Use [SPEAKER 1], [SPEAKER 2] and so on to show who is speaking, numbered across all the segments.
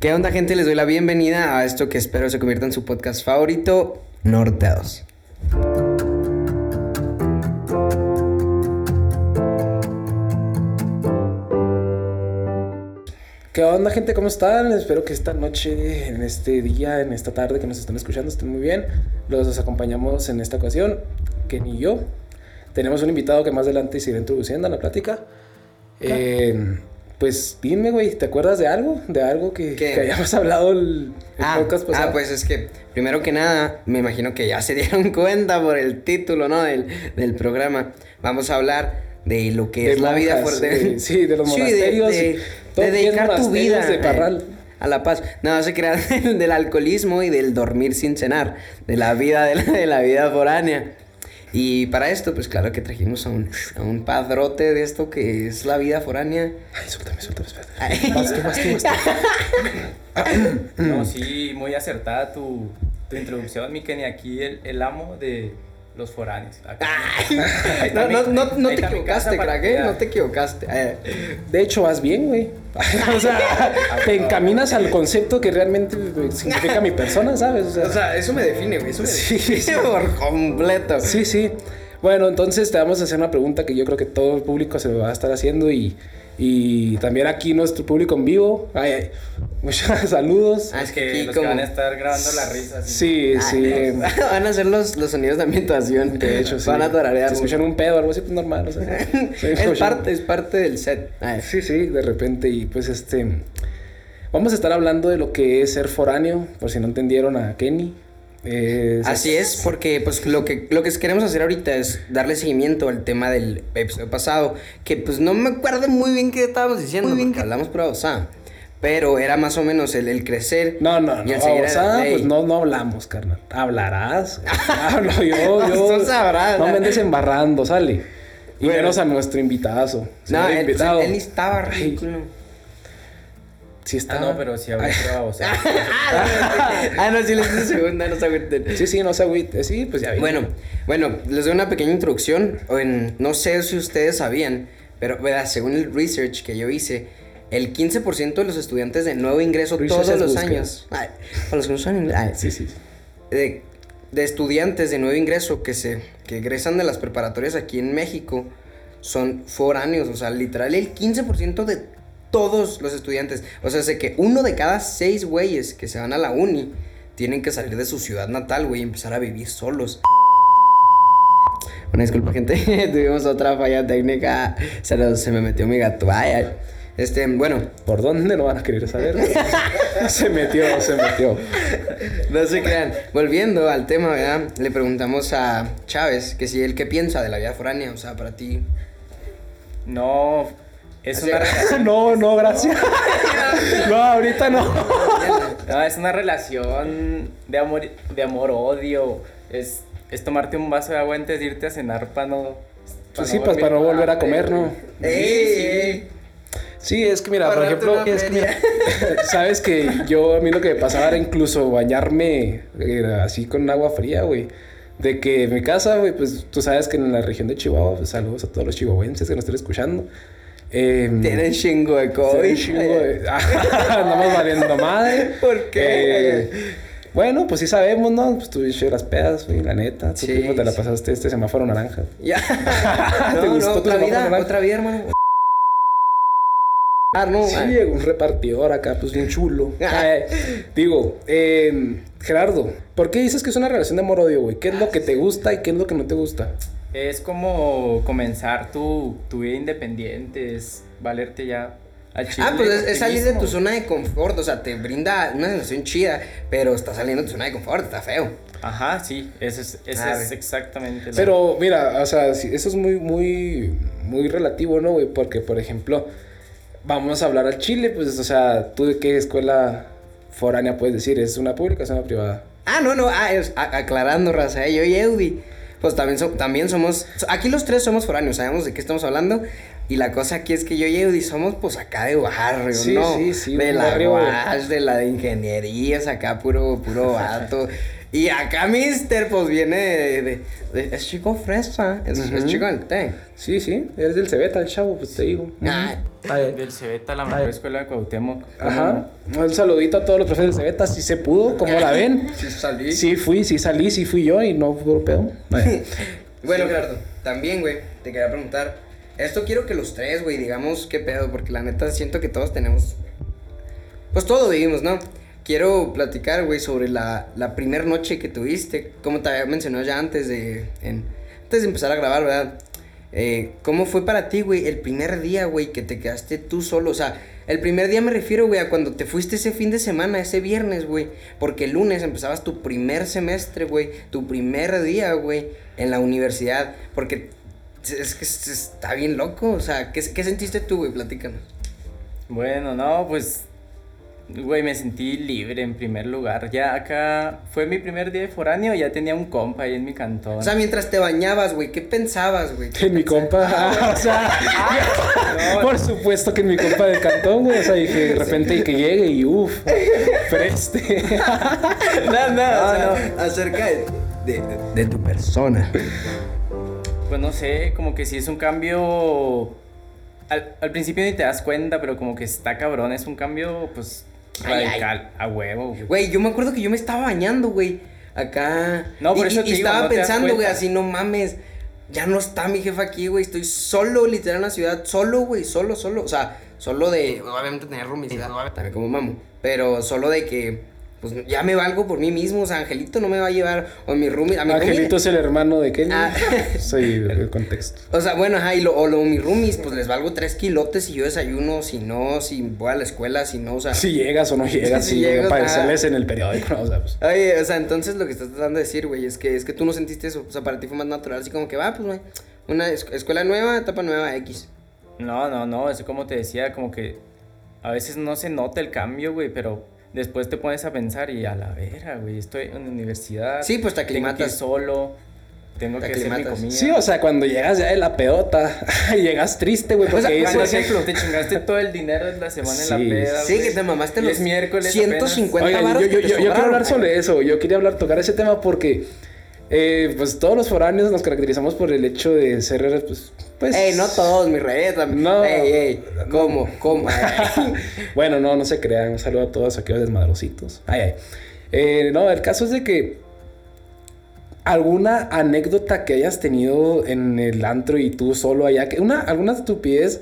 [SPEAKER 1] ¿Qué onda, gente? Les doy la bienvenida a esto que espero se convierta en su podcast favorito, Norteados.
[SPEAKER 2] ¿Qué onda, gente? ¿Cómo están? Espero que esta noche, en este día, en esta tarde que nos están escuchando, estén muy bien. Los acompañamos en esta ocasión, Ken y yo. Tenemos un invitado que más adelante se irá introduciendo a la plática. Eh, pues dime, güey, ¿te acuerdas de algo? ¿De algo que,
[SPEAKER 1] ¿Qué?
[SPEAKER 2] que hayamos hablado el, el
[SPEAKER 1] Ah,
[SPEAKER 2] podcast
[SPEAKER 1] ah,
[SPEAKER 2] pasado?
[SPEAKER 1] pues es que, primero que nada, me imagino que ya se dieron cuenta por el título, ¿no? Del, del programa. Vamos a hablar de lo que
[SPEAKER 2] De
[SPEAKER 1] es la vida
[SPEAKER 2] monjas,
[SPEAKER 1] fuerte.
[SPEAKER 2] de- sí, de los monasterios,
[SPEAKER 1] de, de-
[SPEAKER 2] top
[SPEAKER 1] de
[SPEAKER 2] 10
[SPEAKER 1] dedicar tu
[SPEAKER 2] monasterios
[SPEAKER 1] vida
[SPEAKER 2] de Parral.
[SPEAKER 1] eh, A la paz. No, se crea del, del alcoholismo y del dormir sin cenar. De la vida, de la, de la vida foránea. Y para esto, pues claro que trajimos a un, a un padrote de esto que es la vida foránea.
[SPEAKER 2] Ay, suéltame, suéltame, espérate.
[SPEAKER 1] Ay.
[SPEAKER 2] Vas tú, vas tú, vas tú.
[SPEAKER 1] Mm.
[SPEAKER 3] No, sí, muy acertada tu, tu introducción, mi Kenny. Aquí el, el amo de los foráneos. Acá. Ahí
[SPEAKER 1] No,
[SPEAKER 3] está mi-
[SPEAKER 1] no, no, no
[SPEAKER 3] ahí
[SPEAKER 1] te
[SPEAKER 3] está mi
[SPEAKER 1] equivocaste,
[SPEAKER 3] casa para
[SPEAKER 1] crack, ¿eh?
[SPEAKER 3] cuidar.
[SPEAKER 1] No te equivocaste. Eh,
[SPEAKER 2] De hecho, vas bien, güey. o sea, te encaminas al concepto que realmente güey, significa mi persona, ¿sabes? O sea,
[SPEAKER 1] O sea, eso me define, güey. Eso me
[SPEAKER 2] Sí,
[SPEAKER 1] define
[SPEAKER 2] sí.
[SPEAKER 1] por completo.
[SPEAKER 2] Sí, sí. Bueno, entonces te vamos a hacer una pregunta que yo creo que todo el público se lo va a estar haciendo y, y también aquí nuestro público en vivo. Ay, ay, muchos saludos.
[SPEAKER 1] Ah,
[SPEAKER 3] Es que
[SPEAKER 1] Aquí
[SPEAKER 3] los
[SPEAKER 1] como-
[SPEAKER 3] que van a estar grabando la risa.
[SPEAKER 2] Sí, sí. De
[SPEAKER 1] Van a ser los, los sonidos de ambientación. De
[SPEAKER 2] hecho, sí.
[SPEAKER 1] Van a tararear.
[SPEAKER 2] Si escuchan un pedo o algo así, pues normal. o sea, se
[SPEAKER 1] Es
[SPEAKER 2] escuchan-
[SPEAKER 1] parte, es parte del set. Ah,
[SPEAKER 2] Sí, sí, de repente. Y pues este. Vamos a estar hablando de lo que es ser foráneo, por si no entendieron a Kenny. Eh,
[SPEAKER 1] Así es, porque pues lo que lo que queremos hacer ahorita es darle seguimiento al tema del episodio pasado, que pues no me acuerdo muy bien qué estábamos diciendo, porque hablamos pura osada, pero era más o menos el, el crecer
[SPEAKER 2] No, no,
[SPEAKER 1] y
[SPEAKER 2] no.
[SPEAKER 1] el seguir
[SPEAKER 2] babosada,
[SPEAKER 1] adelante.
[SPEAKER 2] pues no, no hablamos, carnal. Hablarás. Hablo yo, yo.
[SPEAKER 1] Tú sabrás,
[SPEAKER 2] No
[SPEAKER 1] ¿no?
[SPEAKER 2] me andes embarrando, sale. Y
[SPEAKER 1] Bueno.
[SPEAKER 2] menos a nuestro invitadazo.
[SPEAKER 1] No,
[SPEAKER 2] señor
[SPEAKER 1] él,
[SPEAKER 2] invitado.
[SPEAKER 1] él ni estaba
[SPEAKER 2] Ay,
[SPEAKER 1] ridículo.
[SPEAKER 2] Sí está.
[SPEAKER 3] Ah, no, pero sí hablé o sea,
[SPEAKER 1] ah, no, sí, les hice segunda, no se agüiten.
[SPEAKER 2] Sí, sí, no sé, güey. Eh, Sí, pues ya vi.
[SPEAKER 1] Bueno, bueno, les doy una pequeña introducción. o en- no sé si ustedes sabían, pero ¿verdad? según el research que yo hice, el 15% de los estudiantes de nuevo ingreso
[SPEAKER 2] Research
[SPEAKER 1] todos
[SPEAKER 2] es
[SPEAKER 1] los
[SPEAKER 2] búsqueda.
[SPEAKER 1] años. Ay, para los que no saben inglés, ay,
[SPEAKER 2] Sí, sí. sí.
[SPEAKER 1] de, de estudiantes de nuevo ingreso que se que egresan de las preparatorias aquí en México son foráneos, o sea, literal el 15% de todos los estudiantes. O sea, sé que uno de cada seis güeyes que se van a la uni tienen que salir de su ciudad natal, güey, y empezar a vivir solos. Una disculpa, gente. Tuvimos otra falla técnica. Se, nos- se me metió mi gato. Ay, ay. Este, bueno,
[SPEAKER 2] ¿Por dónde no van a querer saber? se metió, se metió.
[SPEAKER 1] No se crean. Volviendo al tema, ¿verdad? Le preguntamos a Chávez que si él qué piensa de la vida foránea, o sea, para ti.
[SPEAKER 3] no. Es
[SPEAKER 1] Así-
[SPEAKER 3] una, relación,
[SPEAKER 2] No, no, gracias. No, ahorita no.
[SPEAKER 3] no, es una relación de amor de amor odio. Es, es tomarte un vaso de agua antes de irte a cenar para no. Ah,
[SPEAKER 2] Pues sí, pues, para no volver
[SPEAKER 1] Ah,
[SPEAKER 2] a comer, ¿no?
[SPEAKER 1] ¡Ey!
[SPEAKER 2] Sí, es que mira, por
[SPEAKER 1] Ahorrarte
[SPEAKER 2] ejemplo,
[SPEAKER 1] una
[SPEAKER 2] es que mira,
[SPEAKER 1] feria.
[SPEAKER 2] sabes que yo a mí lo que me pasaba era incluso bañarme eh, así con agua fría, güey. De que en mi casa, güey, pues tú sabes que en la región de Chihuahua, pues, saludos a todos los chihuahuenses que nos estén escuchando. Eh,
[SPEAKER 1] Tienen chingo de COVID.
[SPEAKER 2] tienen chingo de- Andamos valiendo madre.
[SPEAKER 1] ¿Por qué?
[SPEAKER 2] Eh, bueno, pues sí sabemos, ¿no? Pues tuviste las pedas, güey, la neta. Tú
[SPEAKER 1] Sí,
[SPEAKER 2] mismo te la
[SPEAKER 1] sí.
[SPEAKER 2] pasaste este semáforo naranja.
[SPEAKER 1] Ya. No,
[SPEAKER 2] ¿Te
[SPEAKER 1] no,
[SPEAKER 2] gustó tu
[SPEAKER 1] otra
[SPEAKER 2] semáforo
[SPEAKER 1] vida,
[SPEAKER 2] naranja?
[SPEAKER 1] otra vida, hermano. Ah, no.
[SPEAKER 2] Sí,
[SPEAKER 1] ay.
[SPEAKER 2] un repartidor acá, pues bien chulo. Ay, digo, eh, Gerardo, ¿por qué dices que es una relación de amor-odio, güey? ¿Qué es lo que te gusta y qué es lo que no te gusta?
[SPEAKER 3] Es como comenzar tu, tu vida independiente, es valerte ya al chile.
[SPEAKER 1] Ah, pues es,
[SPEAKER 3] por
[SPEAKER 1] es
[SPEAKER 3] ti
[SPEAKER 1] salir de tu
[SPEAKER 3] mismo.
[SPEAKER 1] zona de confort, o sea, te brinda una sensación chida, pero estás saliendo de tu zona de confort, está feo.
[SPEAKER 3] Ajá, sí, eso es, eso
[SPEAKER 1] Ah,
[SPEAKER 3] es
[SPEAKER 1] ve.
[SPEAKER 3] exactamente la-
[SPEAKER 2] Pero mira, o sea, sí, eso es muy, muy, muy relativo, ¿no, güey? Porque, por ejemplo, vamos a hablar al Chile, pues, o sea, ¿tú de qué escuela foránea puedes decir? ¿Es una pública o es una privada?
[SPEAKER 1] Ah, no, no, ah, es- a- aclarando, raza, eh, yo y Eudy, pues también, so- también somos, so- aquí los tres somos foráneos, sabemos de qué estamos hablando, y la cosa aquí es que yo y Eudy somos, pues, acá de barrio,
[SPEAKER 2] Sí,
[SPEAKER 1] ¿no?
[SPEAKER 2] sí, sí,
[SPEAKER 1] De
[SPEAKER 2] un
[SPEAKER 1] la
[SPEAKER 2] barrio-
[SPEAKER 1] UAS, de la de ingenierías, acá puro, puro vato, Y acá Mister, pues viene de. de- de- es chico fresa. Es, es chico del té.
[SPEAKER 2] Sí, sí, eres del Cebeta, el chavo, pues te digo.
[SPEAKER 1] Ah,
[SPEAKER 2] A ver.
[SPEAKER 3] Del Cebeta, la mejor escuela de Cuauhtémoc.
[SPEAKER 2] Ajá. Un saludito a todos los profes del Cebeta, si se pudo, como la ven.
[SPEAKER 1] sí, salí.
[SPEAKER 2] Sí fui, sí salí, sí fui yo y no fue pedo.
[SPEAKER 1] Bueno, Gerardo, también, güey, te quería preguntar. Esto quiero que los tres, güey, digamos qué pedo, porque la neta siento que todos tenemos. Pues todos vivimos, ¿no? Quiero platicar, güey, sobre la, la primera noche que tuviste. Como te había mencionado ya antes de. en- antes de empezar a grabar, ¿verdad? Eh, ¿Cómo fue para ti, güey, el primer día, güey, que te quedaste tú solo? O sea, el primer día me refiero, güey, a cuando te fuiste ese fin de semana, ese viernes, güey. Porque el lunes empezabas tu primer semestre, güey. Tu primer día, güey, en la universidad. Porque es que es- está bien loco. O sea, ¿qué, qué sentiste tú, güey? Platícanos.
[SPEAKER 3] Bueno, no, pues, güey, me sentí libre en primer lugar. Ya acá fue mi primer día de foráneo, ya tenía un compa ahí en mi cantón.
[SPEAKER 1] O sea, mientras te bañabas, güey, ¿qué pensabas, güey?
[SPEAKER 2] En mi compa,
[SPEAKER 1] Ah,
[SPEAKER 2] o sea, por supuesto que en mi compa del cantón, güey, o sea, dije, de repente que llegue y uff, preste.
[SPEAKER 3] no, no, o sea,
[SPEAKER 2] Ah,
[SPEAKER 1] Acerca de, de- de tu persona.
[SPEAKER 3] Pues no sé, como que sí es un cambio. Al, al principio ni te das cuenta, pero como que está cabrón, es un cambio, pues,
[SPEAKER 1] Ay, ay.
[SPEAKER 3] radical, a huevo. güey.
[SPEAKER 1] Güey, yo me acuerdo que yo me estaba bañando, güey. Acá.
[SPEAKER 3] No, por
[SPEAKER 1] Y-
[SPEAKER 3] eso
[SPEAKER 1] y-
[SPEAKER 3] te
[SPEAKER 1] y
[SPEAKER 3] digo,
[SPEAKER 1] estaba
[SPEAKER 3] no te das
[SPEAKER 1] pensando, güey,
[SPEAKER 3] cuenta.
[SPEAKER 1] así, no mames. Ya no está mi jefa aquí, güey. Estoy solo, literal, en la ciudad. Solo, güey. Solo, solo. O sea, solo de. Obviamente tener rumicidad, también como mamo. Pero solo de que. Pues ya me valgo por mí mismo. O sea, Angelito no me va a llevar. O mi rumi. A mi
[SPEAKER 2] Angelito
[SPEAKER 1] roomie-
[SPEAKER 2] es el hermano de Kenny.
[SPEAKER 1] Ah.
[SPEAKER 2] Soy el contexto.
[SPEAKER 1] O sea, bueno, ajá, y lo, o lo, mis roomies, pues les valgo tres kilotes si yo desayuno, si no, si voy a la escuela, si no, o sea.
[SPEAKER 2] Si llegas o no llegas,
[SPEAKER 1] Si
[SPEAKER 2] si
[SPEAKER 1] llegas, ah.
[SPEAKER 2] para
[SPEAKER 1] ajá.
[SPEAKER 2] sales en el periódico, ¿no? o sea, pues.
[SPEAKER 1] Oye, o sea, entonces lo que estás tratando de decir, güey, es que, es que tú no sentiste eso. O sea, para ti fue más natural, así como que va, pues, güey. Una es- escuela nueva, etapa nueva, X.
[SPEAKER 3] No, no, no, eso como te decía, como que a veces no se nota el cambio, güey, pero después te pones a pensar y a la vera, güey, estoy en la universidad.
[SPEAKER 1] Sí, pues te
[SPEAKER 3] tengo que ir
[SPEAKER 1] aclimatas.
[SPEAKER 3] solo, tengo
[SPEAKER 1] Te
[SPEAKER 3] que hacer mi
[SPEAKER 1] aclimatas.
[SPEAKER 3] comida.
[SPEAKER 2] Sí, o sea, cuando llegas ya de la peota, llegas triste, güey,
[SPEAKER 1] sea,
[SPEAKER 2] porque
[SPEAKER 1] por
[SPEAKER 2] dices,
[SPEAKER 3] Por
[SPEAKER 1] ese-
[SPEAKER 3] ejemplo, te chingaste todo el dinero de la semana en la
[SPEAKER 2] Sí.
[SPEAKER 3] peda.
[SPEAKER 1] Sí,
[SPEAKER 3] güey,
[SPEAKER 1] que te mamaste
[SPEAKER 3] y
[SPEAKER 1] los
[SPEAKER 3] es miércoles.
[SPEAKER 1] 150
[SPEAKER 2] Oigan,
[SPEAKER 1] varos
[SPEAKER 2] yo,
[SPEAKER 1] que
[SPEAKER 2] yo,
[SPEAKER 1] te
[SPEAKER 2] yo- yo quiero
[SPEAKER 1] sobraron.
[SPEAKER 2] hablar sobre eso. Yo quería hablar, tocar ese tema porque, eh, pues, todos los foráneos nos caracterizamos por el hecho de ser, pues, pues.
[SPEAKER 1] Ey, no todos, mis redes también.
[SPEAKER 2] No.
[SPEAKER 1] Ey, ey, ¿cómo? ¿Cómo?
[SPEAKER 2] bueno, no, no se crean. Un saludo a todos aquellos desmadrositos. Ay, ay. Eh, no, el caso es de que alguna anécdota que hayas tenido en el antro y tú solo allá, que una, alguna estupidez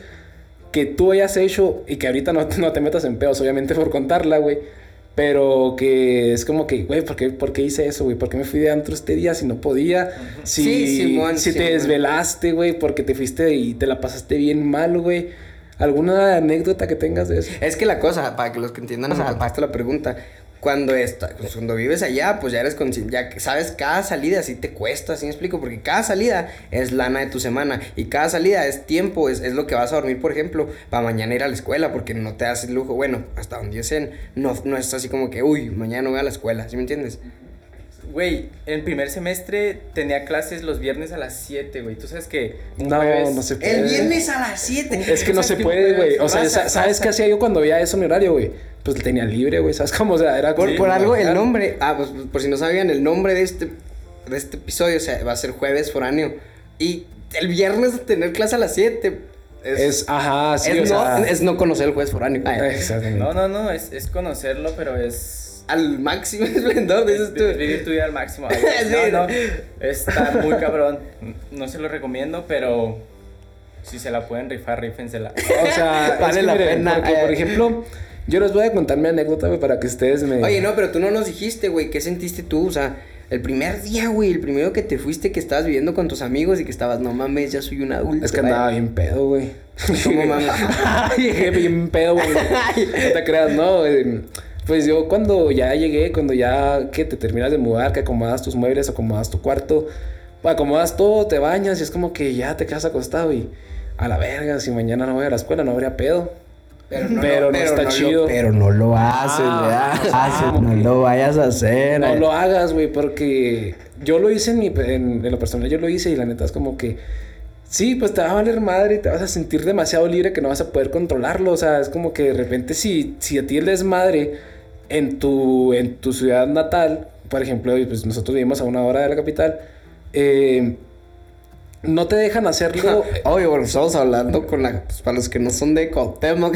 [SPEAKER 2] que tú hayas hecho y que ahorita no, no te metas en pedos, obviamente por contarla, güey. Pero que es como que, güey, ¿por qué, por qué hice eso, güey? ¿Por qué me fui de antro este día si no podía? Si,
[SPEAKER 1] Sí, Simón,
[SPEAKER 2] si te
[SPEAKER 1] Simón.
[SPEAKER 2] desvelaste, güey, porque te fuiste y te la pasaste bien mal, güey. ¿Alguna anécdota que tengas de eso?
[SPEAKER 1] Es que la cosa, para que los que entiendan, o sea, hasta la pregunta. Cuando, esta- pues, cuando vives allá, pues ya eres consci- ya que sabes, cada salida sí te cuesta, ¿sí me explico? Porque cada salida es lana de tu semana y cada salida es tiempo, es, es lo que vas a dormir, por ejemplo, para mañana ir a la escuela, porque no te haces lujo. Bueno, hasta donde yo sé, no, no es así como que, uy, mañana voy a la escuela, ¿sí me entiendes?
[SPEAKER 3] Güey, en primer semestre tenía clases los viernes a las 7, güey. Tú sabes que. un
[SPEAKER 2] No,
[SPEAKER 3] jueves-
[SPEAKER 2] no se puede.
[SPEAKER 1] El viernes a las 7.
[SPEAKER 2] Es que no
[SPEAKER 3] Esas
[SPEAKER 2] se
[SPEAKER 3] que
[SPEAKER 2] puede,
[SPEAKER 3] puedes-
[SPEAKER 2] güey. O sea,
[SPEAKER 3] raza,
[SPEAKER 2] sa- ¿sabes
[SPEAKER 3] raza.
[SPEAKER 2] qué hacía yo cuando veía eso en mi horario, güey? Pues lo tenía libre, güey. ¿Sabes cómo? O sea, era
[SPEAKER 1] Por,
[SPEAKER 2] como-
[SPEAKER 1] por algo el nombre, ah, pues por si no sabían, el nombre de este, de este episodio o sea, va a ser jueves foráneo. Y el viernes tener clase a las 7.
[SPEAKER 2] Es, ajá, sí, o
[SPEAKER 1] es, no,
[SPEAKER 2] sea. Ah,
[SPEAKER 1] es no conocer el jueves foráneo. Ay,
[SPEAKER 2] Exactamente.
[SPEAKER 3] No, no, no, es, es conocerlo, pero es.
[SPEAKER 1] al máximo
[SPEAKER 2] Ah,
[SPEAKER 1] esplendor, dices
[SPEAKER 3] es vi-
[SPEAKER 1] tú.
[SPEAKER 3] vivir tu vida al máximo. Ay,
[SPEAKER 1] Sí.
[SPEAKER 3] No, no, está muy cabrón. No se lo recomiendo, pero. Si se la pueden rifar, rifensela.
[SPEAKER 2] O sea,
[SPEAKER 1] Vale
[SPEAKER 2] es que
[SPEAKER 1] la
[SPEAKER 2] miren,
[SPEAKER 1] pena.
[SPEAKER 2] porque,
[SPEAKER 1] Ay,
[SPEAKER 2] por
[SPEAKER 1] ay.
[SPEAKER 2] ejemplo, yo les voy a contar mi anécdota, güey, para que ustedes me.
[SPEAKER 1] Oye, no, pero tú no nos dijiste, güey, ¿qué sentiste tú? O sea, el primer día, güey, el primero que te fuiste, que estabas viviendo con tus amigos y que estabas, no mames, ya soy un adulto.
[SPEAKER 2] Es que andaba bien pedo, güey.
[SPEAKER 1] ¿Cómo mames?
[SPEAKER 2] Llegué bien pedo, güey. No te creas, no. eh, Pues yo cuando ya llegué, cuando ya que te terminas de mudar, que acomodas tus muebles, acomodas tu cuarto, acomodas todo, te bañas y es como que ya te quedas acostado y a la verga, si mañana no voy a la escuela no habría pedo.
[SPEAKER 1] Pero
[SPEAKER 2] Pero no está
[SPEAKER 1] lo-
[SPEAKER 2] chido.
[SPEAKER 1] pero no lo haces,
[SPEAKER 2] Ah,
[SPEAKER 1] ¿verdad?
[SPEAKER 2] ah,
[SPEAKER 1] Haces,
[SPEAKER 2] ok.
[SPEAKER 1] no lo vayas a hacer.
[SPEAKER 2] No
[SPEAKER 1] ay.
[SPEAKER 2] lo hagas, güey, porque yo lo hice en, mi, en, en lo personal, yo lo hice y la neta es como que, sí, pues te va a valer madre, te vas a sentir demasiado libre que no vas a poder controlarlo, o sea, es como que de repente si, si a ti el desmadre en tu, en tu ciudad natal, por ejemplo, pues nosotros vivimos a una hora de la capital, eh, no te dejan hacerlo.
[SPEAKER 1] Obvio, bueno, estamos hablando con la. pues, para los que no son de Cuauhtémoc.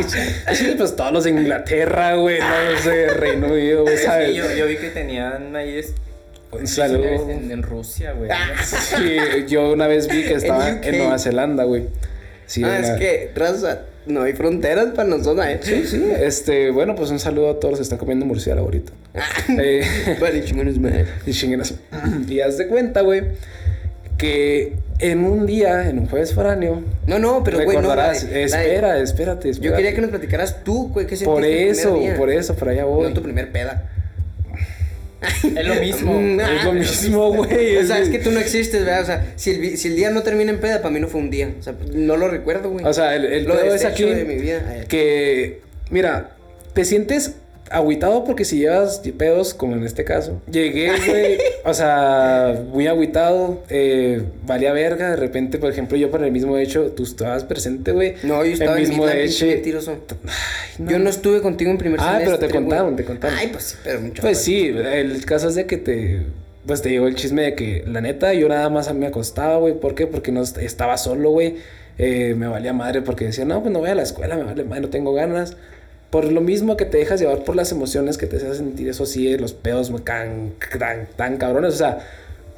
[SPEAKER 2] sí, pues todos los de Inglaterra, güey, no sé, Reino Unido, güey,
[SPEAKER 3] Sí,
[SPEAKER 2] ¿sabes?
[SPEAKER 3] yo, yo vi que tenían ahí es- pues,
[SPEAKER 2] Un saludo. Ah,
[SPEAKER 3] en, en Rusia, güey.
[SPEAKER 2] Sí, yo una vez vi que estaba
[SPEAKER 1] En UK.
[SPEAKER 2] en Nueva Zelanda, güey. Sí,
[SPEAKER 1] ah,
[SPEAKER 2] en
[SPEAKER 1] es
[SPEAKER 2] la-
[SPEAKER 1] que, raza, no hay fronteras para nosotros, ¿eh?
[SPEAKER 2] Sí, sí. Este, bueno, pues un saludo a todos los que están comiendo murciélago ahorita. Eh,
[SPEAKER 1] Vale, chingones, madre.
[SPEAKER 2] y chinguenas. Y haz de cuenta, güey, que en un día, en un jueves foráneo,
[SPEAKER 1] No, no, pero güey, no.
[SPEAKER 2] recordarás.
[SPEAKER 1] la de- la de-
[SPEAKER 2] espera, espérate, espérate.
[SPEAKER 1] Yo quería que nos platicaras tú, güey, qué
[SPEAKER 2] Por
[SPEAKER 1] sentiste el
[SPEAKER 2] eso,
[SPEAKER 1] primer día?
[SPEAKER 2] por eso, por allá voy.
[SPEAKER 1] No tu primer peda.
[SPEAKER 3] Es lo mismo.
[SPEAKER 1] Mm,
[SPEAKER 3] Es
[SPEAKER 2] Es lo
[SPEAKER 1] Ah,
[SPEAKER 2] mismo, güey.
[SPEAKER 1] o sea, es
[SPEAKER 2] es-
[SPEAKER 1] que tú no existes, ¿verdad? O sea, si el, vi- si el día no termina en peda, para mí no fue un día. O sea, no lo recuerdo, güey.
[SPEAKER 2] O sea, el, el
[SPEAKER 1] Lo
[SPEAKER 2] pedo es aquí
[SPEAKER 1] desecho de mi vida. eh. Ay,
[SPEAKER 2] que, mira, te sientes agüitado porque si llevas pedos, como en este caso, llegué, güey, o sea, muy agüitado, eh, valía verga, de repente, por ejemplo, yo por el mismo hecho, tú estabas presente, güey.
[SPEAKER 1] No, yo estaba
[SPEAKER 2] el mismo
[SPEAKER 1] en mi
[SPEAKER 2] hecho.
[SPEAKER 1] mentiroso. Yo no estuve contigo en primer
[SPEAKER 2] Ah, pero
[SPEAKER 1] semestre,
[SPEAKER 2] te
[SPEAKER 1] güey.
[SPEAKER 2] contaron, te contaron.
[SPEAKER 1] Ay, pues sí, pero mucho.
[SPEAKER 2] Pues
[SPEAKER 1] güey.
[SPEAKER 2] sí, el caso es de que te... Pues te llegó el chisme de que, la neta, yo nada más me acostaba, güey. ¿Por qué? Porque no est- estaba solo, güey. Eh, me valía madre porque decía, no, pues no voy a la escuela, me vale madre, no tengo ganas. Por lo mismo que te dejas llevar por las emociones que te hacen sentir, eso sí, eh, los pedos me can- tan, tan cabrones. O sea,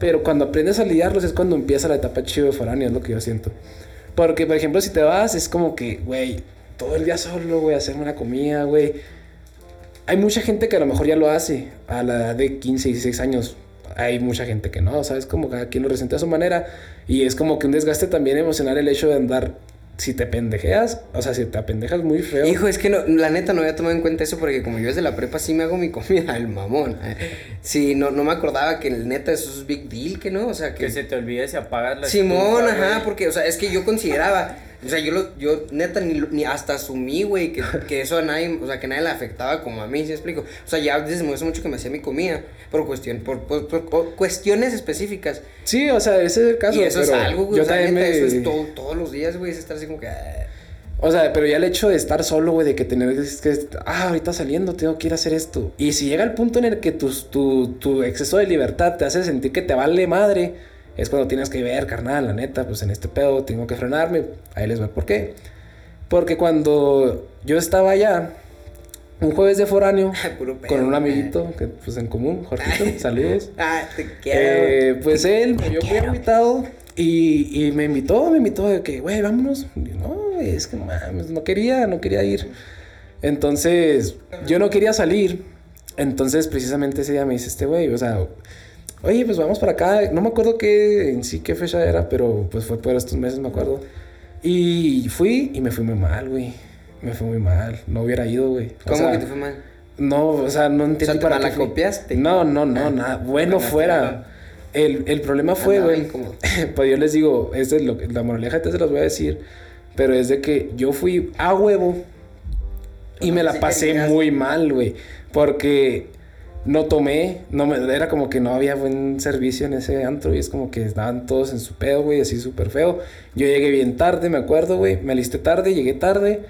[SPEAKER 2] pero cuando aprendes a lidiarlos es cuando empieza la etapa chido de foráneo, es lo que yo siento. Porque, por ejemplo, si te vas, es como que, güey, todo el día solo, güey, hacerme la comida, güey. Hay mucha gente que a lo mejor ya lo hace a la edad de 15, 16 años. Hay mucha gente que no, ¿sabes? Como cada quien lo presenta a su manera. Y es como que un desgaste también emocional el hecho de andar. Si te pendejeas, o sea, si te apendejas muy feo.
[SPEAKER 1] Hijo, es que no, la neta no había tomado en cuenta eso porque como yo desde la prepa sí me hago mi comida, el mamón. Sí, no, no me acordaba que el neta eso es big deal, que no, o sea, que...
[SPEAKER 3] Que se te olvide si apagas la
[SPEAKER 1] Simón,
[SPEAKER 3] estufa,
[SPEAKER 1] ajá,
[SPEAKER 3] güey.
[SPEAKER 1] porque, o sea, es que yo consideraba, o sea, yo, lo, yo neta ni, lo- ni hasta asumí, güey, que, que eso a nadie, o sea, que a nadie le afectaba como a mí, ¿sí me explico? O sea, ya desde hace mucho que me hacía mi comida por cuestión, por, por- por- por cuestiones específicas.
[SPEAKER 2] Sí, o sea, ese es el caso.
[SPEAKER 1] y eso es
[SPEAKER 2] pero
[SPEAKER 1] algo, güey,
[SPEAKER 2] Yo
[SPEAKER 1] o sea,
[SPEAKER 2] también
[SPEAKER 1] neta,
[SPEAKER 2] me...
[SPEAKER 1] eso es todo, todos los días, güey, es estar así como que... ah.
[SPEAKER 2] O sea, pero ya el hecho de estar solo, güey, de que tener es que, ah, ahorita saliendo, tengo que ir a hacer esto. Y si llega el punto en el que tus- tu, tu exceso de libertad te hace sentir que te vale madre, es cuando tienes que ver, carnal, la neta, pues en este pedo tengo que frenarme. Ahí les va el por qué. Porque cuando yo estaba allá, un jueves de foráneo,
[SPEAKER 1] Puro pedo,
[SPEAKER 2] con un
[SPEAKER 1] eh.
[SPEAKER 2] amiguito, que pues en común, Jorgito, saludos.
[SPEAKER 1] Ah, te quiero.
[SPEAKER 2] Eh, pues él, yo fui invitado y, y me invitó, me invitó de que, güey, vámonos. Y yo, no, güey, es que no mames, no quería, no quería ir. Entonces, yo no quería salir. Entonces, precisamente ese día me dice este güey, o sea, oye, pues vamos para acá. No me acuerdo qué, en sí qué fecha era, pero pues fue por estos meses, me acuerdo. Y fui y me fui muy mal, güey. Me fue muy mal. No hubiera ido, güey. O
[SPEAKER 1] ¿Cómo
[SPEAKER 2] sea,
[SPEAKER 1] que te fue mal?
[SPEAKER 2] no, o sea, no entendí
[SPEAKER 1] te
[SPEAKER 2] para qué fui.
[SPEAKER 1] malacopiaste. Ah,
[SPEAKER 2] No, no, no, nada. Bueno
[SPEAKER 3] Ganaste,
[SPEAKER 2] fuera.
[SPEAKER 3] ganaste.
[SPEAKER 2] El, el problema fue,
[SPEAKER 1] Andaba
[SPEAKER 2] güey.
[SPEAKER 1] incómodo.
[SPEAKER 2] pues yo les digo, esta es lo que, la moraleja te se las voy a decir. Pero es de que yo fui a huevo y me la
[SPEAKER 1] Sí
[SPEAKER 2] pasé
[SPEAKER 1] querías.
[SPEAKER 2] muy mal, güey. Porque no tomé, no me, era como que no había buen servicio en ese antro y es como que estaban todos en su pedo, güey, así súper feo. Yo llegué bien tarde, me acuerdo, güey. Me alisté tarde, llegué tarde.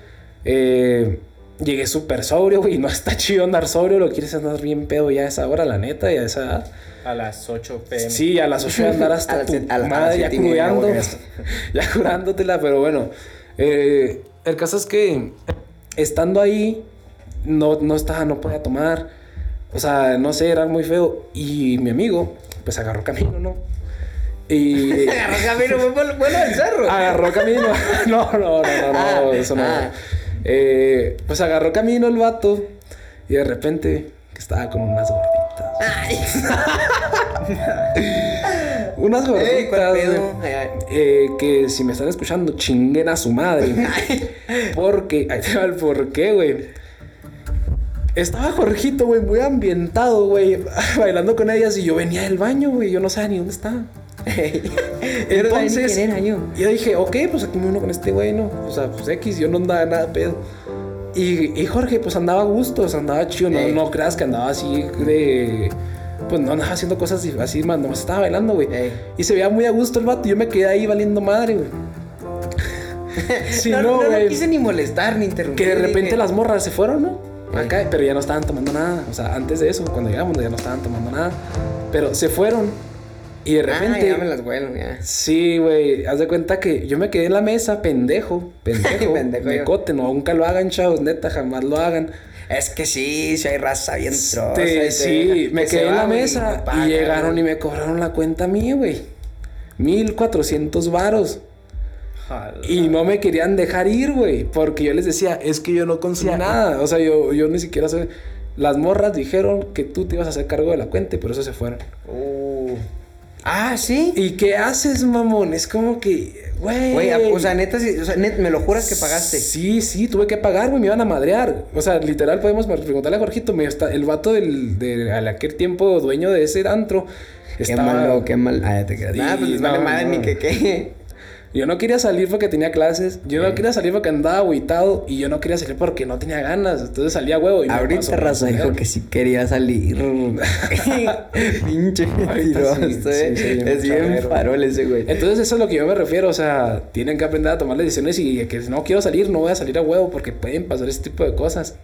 [SPEAKER 2] Eh, llegué súper sobrio, güey. No está chido andar sobrio, lo quieres andar bien pedo ya a esa hora, la neta, y a esa edad.
[SPEAKER 3] A las 8 pm.
[SPEAKER 2] Sí, a las 8 de andar
[SPEAKER 1] A
[SPEAKER 2] hasta
[SPEAKER 1] las
[SPEAKER 2] tu
[SPEAKER 1] siete- a la- a las
[SPEAKER 2] madre ya
[SPEAKER 1] siete y media,
[SPEAKER 2] cuidando,
[SPEAKER 1] güey.
[SPEAKER 2] ya curándotela, pero bueno. eh, el caso es que estando ahí, no, no estaba, no podía tomar. O sea, no sé, era muy feo. Y mi amigo, pues agarró camino, ¿no? Y
[SPEAKER 1] Agarró camino, fue por- bueno del cerro.
[SPEAKER 2] agarró camino. No, no, no, no, no, eso no.
[SPEAKER 1] Ah.
[SPEAKER 2] Eh, pues agarró camino el vato y de repente que estaba con unas gorditas.
[SPEAKER 1] Ay,
[SPEAKER 2] Unas gorditas.
[SPEAKER 1] ey, ¿cuál pedo?
[SPEAKER 2] güey.
[SPEAKER 1] Ay, ay.
[SPEAKER 2] Eh, que si me están escuchando, chinguen a su madre. Porque, ahí te va el porqué, güey. Estaba Jorgito, güey, muy ambientado, güey, bailando con ellas y yo venía del baño, güey, yo no sabía ni dónde estaba. Entonces,
[SPEAKER 1] Entonces,
[SPEAKER 2] yo dije, ok, pues aquí me uno con este güey, ¿no? O sea, pues X, yo no andaba nada pedo. Y, y Jorge, pues andaba a gusto, o sea, andaba chido, no,
[SPEAKER 1] Ey.
[SPEAKER 2] no creas que andaba así de. Pues no andaba haciendo cosas así, más nomás estaba bailando, güey.
[SPEAKER 1] Ey.
[SPEAKER 2] Y se veía muy a gusto el vato, yo me quedé ahí valiendo madre, güey. Si
[SPEAKER 1] no,
[SPEAKER 2] no,
[SPEAKER 1] no, no
[SPEAKER 2] güey.
[SPEAKER 1] quise ni molestar ni interrumpir.
[SPEAKER 2] que de repente
[SPEAKER 1] dije,
[SPEAKER 2] las morras se fueron, ¿no? acá, pero ya no estaban tomando nada. O sea, antes de eso, cuando llegamos, ya no estaban tomando nada. Pero se fueron y de
[SPEAKER 1] Ah,
[SPEAKER 2] repente...
[SPEAKER 1] ya me las vuelo, ya.
[SPEAKER 2] Sí, güey, haz de cuenta que yo me quedé en la mesa, pendejo, pendejo,
[SPEAKER 1] Pendejo yo.
[SPEAKER 2] mecote, no, nunca lo hagan, chavos, neta, jamás lo hagan.
[SPEAKER 1] Es que sí, si hay raza bien troza.
[SPEAKER 2] Este,
[SPEAKER 1] y te
[SPEAKER 2] sí,
[SPEAKER 1] deja-
[SPEAKER 2] me
[SPEAKER 1] que se
[SPEAKER 2] quedé en
[SPEAKER 1] va,
[SPEAKER 2] la
[SPEAKER 1] güey,
[SPEAKER 2] mesa
[SPEAKER 1] no
[SPEAKER 2] y,
[SPEAKER 1] paga,
[SPEAKER 2] llegaron
[SPEAKER 1] güey.
[SPEAKER 2] y me cobraron la cuenta mía, güey. 1400 varos.
[SPEAKER 3] Jala.
[SPEAKER 2] Y no me querían dejar ir, güey, porque yo les decía, es que yo no consumo nada, o sea, yo, yo ni siquiera soy... Las morras dijeron que tú te ibas a hacer cargo de la cuenta y por eso se fueron.
[SPEAKER 3] Uh,
[SPEAKER 1] Ah, sí.
[SPEAKER 2] ¿Y qué haces, mamón? Es como que, güey...
[SPEAKER 1] Güey, ah, o sea, neta, sí, o sea, net- me lo juras que pagaste.
[SPEAKER 2] Sí, sí, tuve que pagar, güey, me iban a madrear. O sea, literal, podemos mar- preguntarle a Jorgito, me está- el vato del, de al aquel tiempo dueño de ese antro. estaba-
[SPEAKER 1] mal. Ah, ya te quedas. Ah, pues les
[SPEAKER 2] Sí,
[SPEAKER 1] vale
[SPEAKER 2] no,
[SPEAKER 1] madre
[SPEAKER 2] no.
[SPEAKER 1] ni que qué.
[SPEAKER 2] Yo no quería salir porque tenía clases, yo no
[SPEAKER 1] Sí.
[SPEAKER 2] quería salir porque andaba agüitado y yo no quería salir porque no tenía ganas, entonces salía huevo y me pasó.
[SPEAKER 1] Ahorita Raza dijo que sí quería salir. Pinche mentiroso,
[SPEAKER 2] sí, sí,
[SPEAKER 1] eh.
[SPEAKER 2] sí, bien
[SPEAKER 1] es bien
[SPEAKER 2] chavero.
[SPEAKER 1] farol ese güey.
[SPEAKER 2] Entonces eso es lo que yo me refiero, o sea, tienen que aprender a tomar las decisiones y que si no quiero salir, no voy a salir a huevo porque pueden pasar ese tipo de cosas.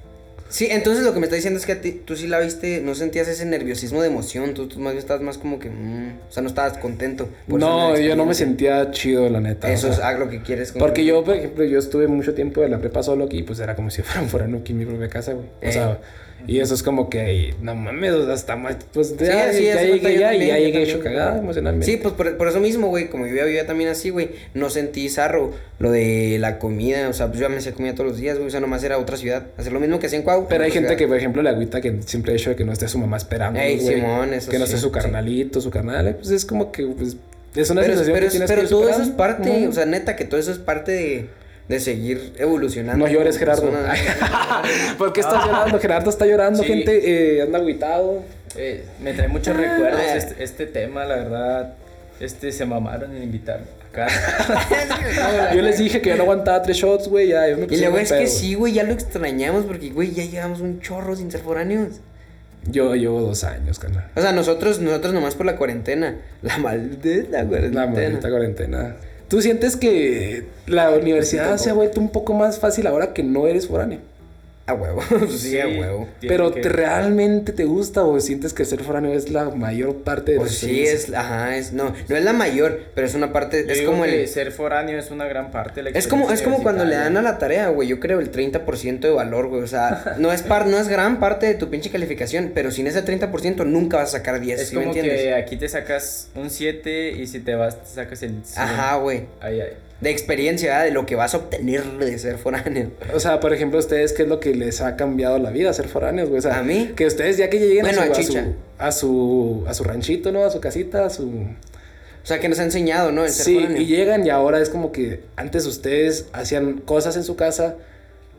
[SPEAKER 1] Sí, entonces lo que me está diciendo es que a ti, tú sí la viste, no sentías ese nerviosismo de emoción, tú, tú más bien estabas más como que, mm, o sea, no estabas contento. por esa
[SPEAKER 2] no,
[SPEAKER 1] nueva
[SPEAKER 2] yo no me
[SPEAKER 1] experiencia.
[SPEAKER 2] sentía chido, la neta.
[SPEAKER 1] Eso
[SPEAKER 2] o
[SPEAKER 1] es
[SPEAKER 2] sea.
[SPEAKER 1] haz lo que quieres. con-
[SPEAKER 2] Porque yo, por ejemplo, yo estuve mucho tiempo de la prepa solo aquí, pues era como si fuera un foráneo aquí en mi propia casa, güey. O
[SPEAKER 1] Ey.
[SPEAKER 2] sea, y eso es como que, ay, no mames, o sea, está más, pues ya,
[SPEAKER 1] Eh. sí,
[SPEAKER 2] ya
[SPEAKER 1] hace falta
[SPEAKER 2] llegué
[SPEAKER 1] yo
[SPEAKER 2] ya y
[SPEAKER 1] también,
[SPEAKER 2] ya
[SPEAKER 1] yo
[SPEAKER 2] llegué hecho
[SPEAKER 1] también.
[SPEAKER 2] cagada emocionalmente.
[SPEAKER 1] Sí, pues por, por eso mismo, güey, como yo ya vivía también así, güey, no sentí zarro lo de la comida, o sea, pues yo me hacía comida todos los días, güey, o sea, nomás era otra ciudad, hacer lo mismo que hacía en Cuau.
[SPEAKER 2] Pero hay gente que,
[SPEAKER 1] que
[SPEAKER 2] por ejemplo, le agüita que siempre ha hecho de que no esté su mamá esperando.
[SPEAKER 1] Ey,
[SPEAKER 2] güey,
[SPEAKER 1] Simón, eso
[SPEAKER 2] Que no
[SPEAKER 1] sí,
[SPEAKER 2] esté su
[SPEAKER 1] sí.
[SPEAKER 2] carnalito, su carnal. Pues es como que, pues, es una
[SPEAKER 1] pero,
[SPEAKER 2] sensación
[SPEAKER 1] pero
[SPEAKER 2] que tienes
[SPEAKER 1] pero
[SPEAKER 2] que ir
[SPEAKER 1] todo eso es
[SPEAKER 2] superando,
[SPEAKER 1] parte,
[SPEAKER 2] ¿no?
[SPEAKER 1] o sea, neta que todo eso es parte de, de seguir evolucionando.
[SPEAKER 2] No llores,
[SPEAKER 1] como
[SPEAKER 2] Gerardo.
[SPEAKER 1] persona.
[SPEAKER 2] ¿Por qué
[SPEAKER 1] ah.
[SPEAKER 2] estás llorando? Gerardo está llorando,
[SPEAKER 3] Sí.
[SPEAKER 2] gente. eh, anda agüitado.
[SPEAKER 3] eh, me trae muchos recuerdos
[SPEAKER 1] Ah.
[SPEAKER 3] este, este tema, la verdad. Este, se mamaron en invitarme acá.
[SPEAKER 2] Yo les dije que yo no aguantaba tres shots, güey. Ya, yo me
[SPEAKER 1] Y
[SPEAKER 2] puse
[SPEAKER 1] luego
[SPEAKER 2] bien
[SPEAKER 1] es
[SPEAKER 2] pedo,
[SPEAKER 1] que
[SPEAKER 2] güey.
[SPEAKER 1] sí, güey, ya lo extrañamos porque, güey, ya llevamos un chorro sin ser foráneos.
[SPEAKER 2] Yo llevo dos años, carnal.
[SPEAKER 1] O sea, nosotros, nosotros nomás por la cuarentena. La maldita
[SPEAKER 2] La maldita
[SPEAKER 1] cuarentena.
[SPEAKER 2] cuarentena. ¿Tú sientes que la universidad se ha vuelto un poco más fácil ahora que no eres foráneo?
[SPEAKER 1] A huevo, pues sí, a huevo.
[SPEAKER 3] tiene
[SPEAKER 2] Pero
[SPEAKER 3] que-
[SPEAKER 2] ¿te- ¿realmente te gusta o sientes que ser foráneo es la mayor parte de
[SPEAKER 1] Pues
[SPEAKER 2] tu
[SPEAKER 1] sí,
[SPEAKER 2] experiencia?
[SPEAKER 1] es, ajá, es, no, no es la mayor, pero es una parte,
[SPEAKER 3] yo
[SPEAKER 1] es
[SPEAKER 3] digo
[SPEAKER 1] como
[SPEAKER 3] que
[SPEAKER 1] el,
[SPEAKER 3] ser foráneo es una gran parte de la
[SPEAKER 1] es como, es
[SPEAKER 3] experiencia
[SPEAKER 1] como cuando le dan a
[SPEAKER 3] universitaria.
[SPEAKER 1] la tarea, güey, yo creo el 30% de valor, güey, o sea, no es par, no es gran parte de tu pinche calificación, pero sin ese 30% nunca vas a sacar 10,
[SPEAKER 3] Es
[SPEAKER 1] ¿sí me
[SPEAKER 3] como
[SPEAKER 1] entiendes?
[SPEAKER 3] que aquí te sacas un 7 y si te vas te sacas el 100.
[SPEAKER 1] Ajá, güey,
[SPEAKER 3] Ay, ay.
[SPEAKER 1] de experiencia, ¿verdad? de lo que vas a obtener de ser foráneo.
[SPEAKER 2] O sea, por ejemplo, ustedes, ¿qué es lo que les ha cambiado la vida ser foráneos, güey? O sea,
[SPEAKER 1] ¿A mí?
[SPEAKER 2] Que ustedes ya que lleguen
[SPEAKER 1] Bueno,
[SPEAKER 2] a, su,
[SPEAKER 1] a
[SPEAKER 2] a,
[SPEAKER 1] Chicha.
[SPEAKER 2] su, a su a su ranchito, ¿no? A su casita, a su...
[SPEAKER 1] O sea, que nos ha enseñado, ¿no? El Pues ser
[SPEAKER 2] Sí,
[SPEAKER 1] foráneo.
[SPEAKER 2] y llegan y ahora es como que antes ustedes hacían cosas en su casa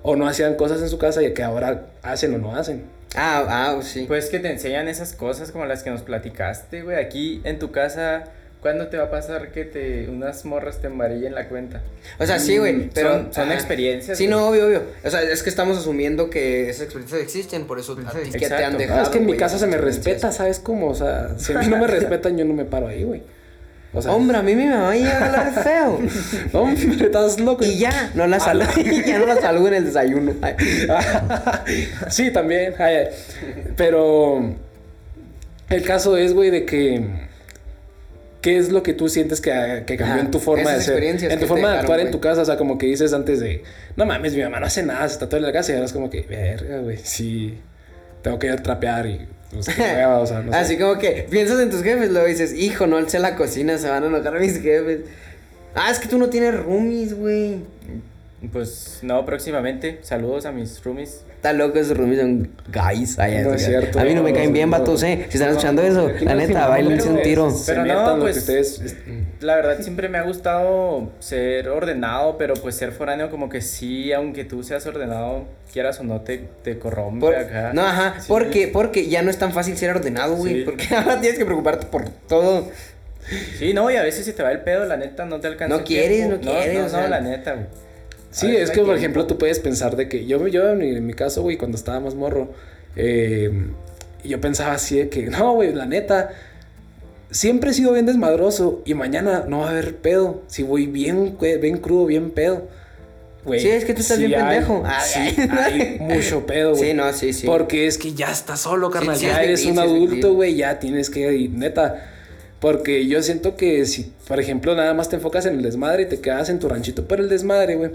[SPEAKER 2] o no hacían cosas en su casa y que ahora hacen o no hacen.
[SPEAKER 1] Ah, ah, sí.
[SPEAKER 3] Pues que te enseñan esas cosas como las que nos platicaste, güey. Aquí en tu casa, ¿cuándo te va a pasar que te unas morras te embarillen la cuenta?
[SPEAKER 1] O sea, sí, güey,
[SPEAKER 3] Mm,
[SPEAKER 1] pero...
[SPEAKER 3] son- son experiencias,
[SPEAKER 1] Sí,
[SPEAKER 3] güey.
[SPEAKER 1] no, obvio, obvio. O sea, es que estamos asumiendo que esas experiencias existen, por eso a ti que te han
[SPEAKER 3] Exacto.
[SPEAKER 1] dejado,
[SPEAKER 2] Ah, es que en mi
[SPEAKER 1] güey,
[SPEAKER 2] casa se me
[SPEAKER 1] experiencias.
[SPEAKER 2] respeta, ¿sabes cómo? O sea, si a mí no me respetan, yo no me paro ahí, güey. O sea,
[SPEAKER 1] Hombre, a mí mi mamá llega a hablar de feo.
[SPEAKER 2] hombre, estás loco.
[SPEAKER 1] Y ya, no la salgo, ya no la salgo en el desayuno. Ay.
[SPEAKER 2] sí, también. ay, ay. Pero el caso es, güey, de que. ¿Qué es lo que tú sientes que, que cambió
[SPEAKER 1] Ajá,
[SPEAKER 2] en tu forma
[SPEAKER 1] Ah, esas
[SPEAKER 2] de ser?
[SPEAKER 1] experiencias
[SPEAKER 2] En
[SPEAKER 1] que
[SPEAKER 2] tu
[SPEAKER 1] te
[SPEAKER 2] forma de
[SPEAKER 1] dejaron,
[SPEAKER 2] actuar en
[SPEAKER 1] güey.
[SPEAKER 2] tu casa. O sea, como que dices antes de. No mames, mi mamá no hace nada, se está toda en la casa. Y ahora es como que, verga, güey, sí. Tengo que ir a trapear y. Pues, qué hueva, o sea, no sé.
[SPEAKER 1] Así como que piensas en tus jefes, luego dices, hijo, no alcé la cocina, se van a enojar mis jefes. Ah, es que tú no tienes roomies, güey.
[SPEAKER 3] Pues no, próximamente. Saludos a mis roomies.
[SPEAKER 1] Está loco, esos roomies son guys. ay,
[SPEAKER 2] No
[SPEAKER 1] ay,
[SPEAKER 2] es
[SPEAKER 1] ay.
[SPEAKER 2] cierto.
[SPEAKER 1] A mí no me caen bien,
[SPEAKER 2] No.
[SPEAKER 1] vatos, eh. Si están escuchando
[SPEAKER 2] No,
[SPEAKER 1] eso,
[SPEAKER 2] aquí
[SPEAKER 1] la
[SPEAKER 2] no
[SPEAKER 1] neta,
[SPEAKER 2] firmamos,
[SPEAKER 1] bailense un
[SPEAKER 2] pero
[SPEAKER 1] tiro.
[SPEAKER 2] Se
[SPEAKER 3] Pero no,
[SPEAKER 2] metan lo que
[SPEAKER 3] pues,
[SPEAKER 2] ustedes.
[SPEAKER 3] La verdad siempre me ha gustado ser ordenado, pero pues ser foráneo como que sí, aunque tú seas ordenado, quieras o no, te, te corrompe
[SPEAKER 1] Por-
[SPEAKER 3] acá.
[SPEAKER 1] no, ajá,
[SPEAKER 3] Sí.
[SPEAKER 1] porque, porque ya no es tan fácil ser ordenado, güey.
[SPEAKER 3] Sí.
[SPEAKER 1] Porque ahora tienes que preocuparte por todo.
[SPEAKER 3] Sí, no, y a veces si te va el pedo, la neta, no te alcanza
[SPEAKER 1] No
[SPEAKER 3] el
[SPEAKER 1] quieres,
[SPEAKER 3] tiempo.
[SPEAKER 1] no quieres,
[SPEAKER 3] No,
[SPEAKER 1] o
[SPEAKER 3] no,
[SPEAKER 1] sea.
[SPEAKER 3] la neta, güey.
[SPEAKER 2] Sí,
[SPEAKER 3] A veces
[SPEAKER 2] es
[SPEAKER 3] hay
[SPEAKER 2] que, por
[SPEAKER 3] tiempo.
[SPEAKER 2] ejemplo, tú puedes pensar de que yo, yo en, mi, en mi caso, güey, cuando estaba más morro, eh, yo pensaba así de que, no, güey, la neta, siempre he sido bien desmadroso y mañana no va a haber pedo, si voy bien, cue- bien crudo, bien pedo. güey.
[SPEAKER 1] Sí, es que tú estás bien
[SPEAKER 2] hay-
[SPEAKER 1] pendejo. Ah,
[SPEAKER 2] sí,
[SPEAKER 1] ya.
[SPEAKER 2] hay mucho pedo, güey.
[SPEAKER 1] Sí, no, sí, sí.
[SPEAKER 2] Porque es que ya estás solo, carnal.
[SPEAKER 1] sí,
[SPEAKER 2] ya
[SPEAKER 1] es
[SPEAKER 2] eres
[SPEAKER 1] difícil,
[SPEAKER 2] un
[SPEAKER 1] es
[SPEAKER 2] adulto,
[SPEAKER 1] difícil.
[SPEAKER 2] güey. Ya tienes que, y neta. Porque yo siento que si, por ejemplo, nada más te enfocas en el desmadre y te quedas en tu ranchito para el desmadre, güey.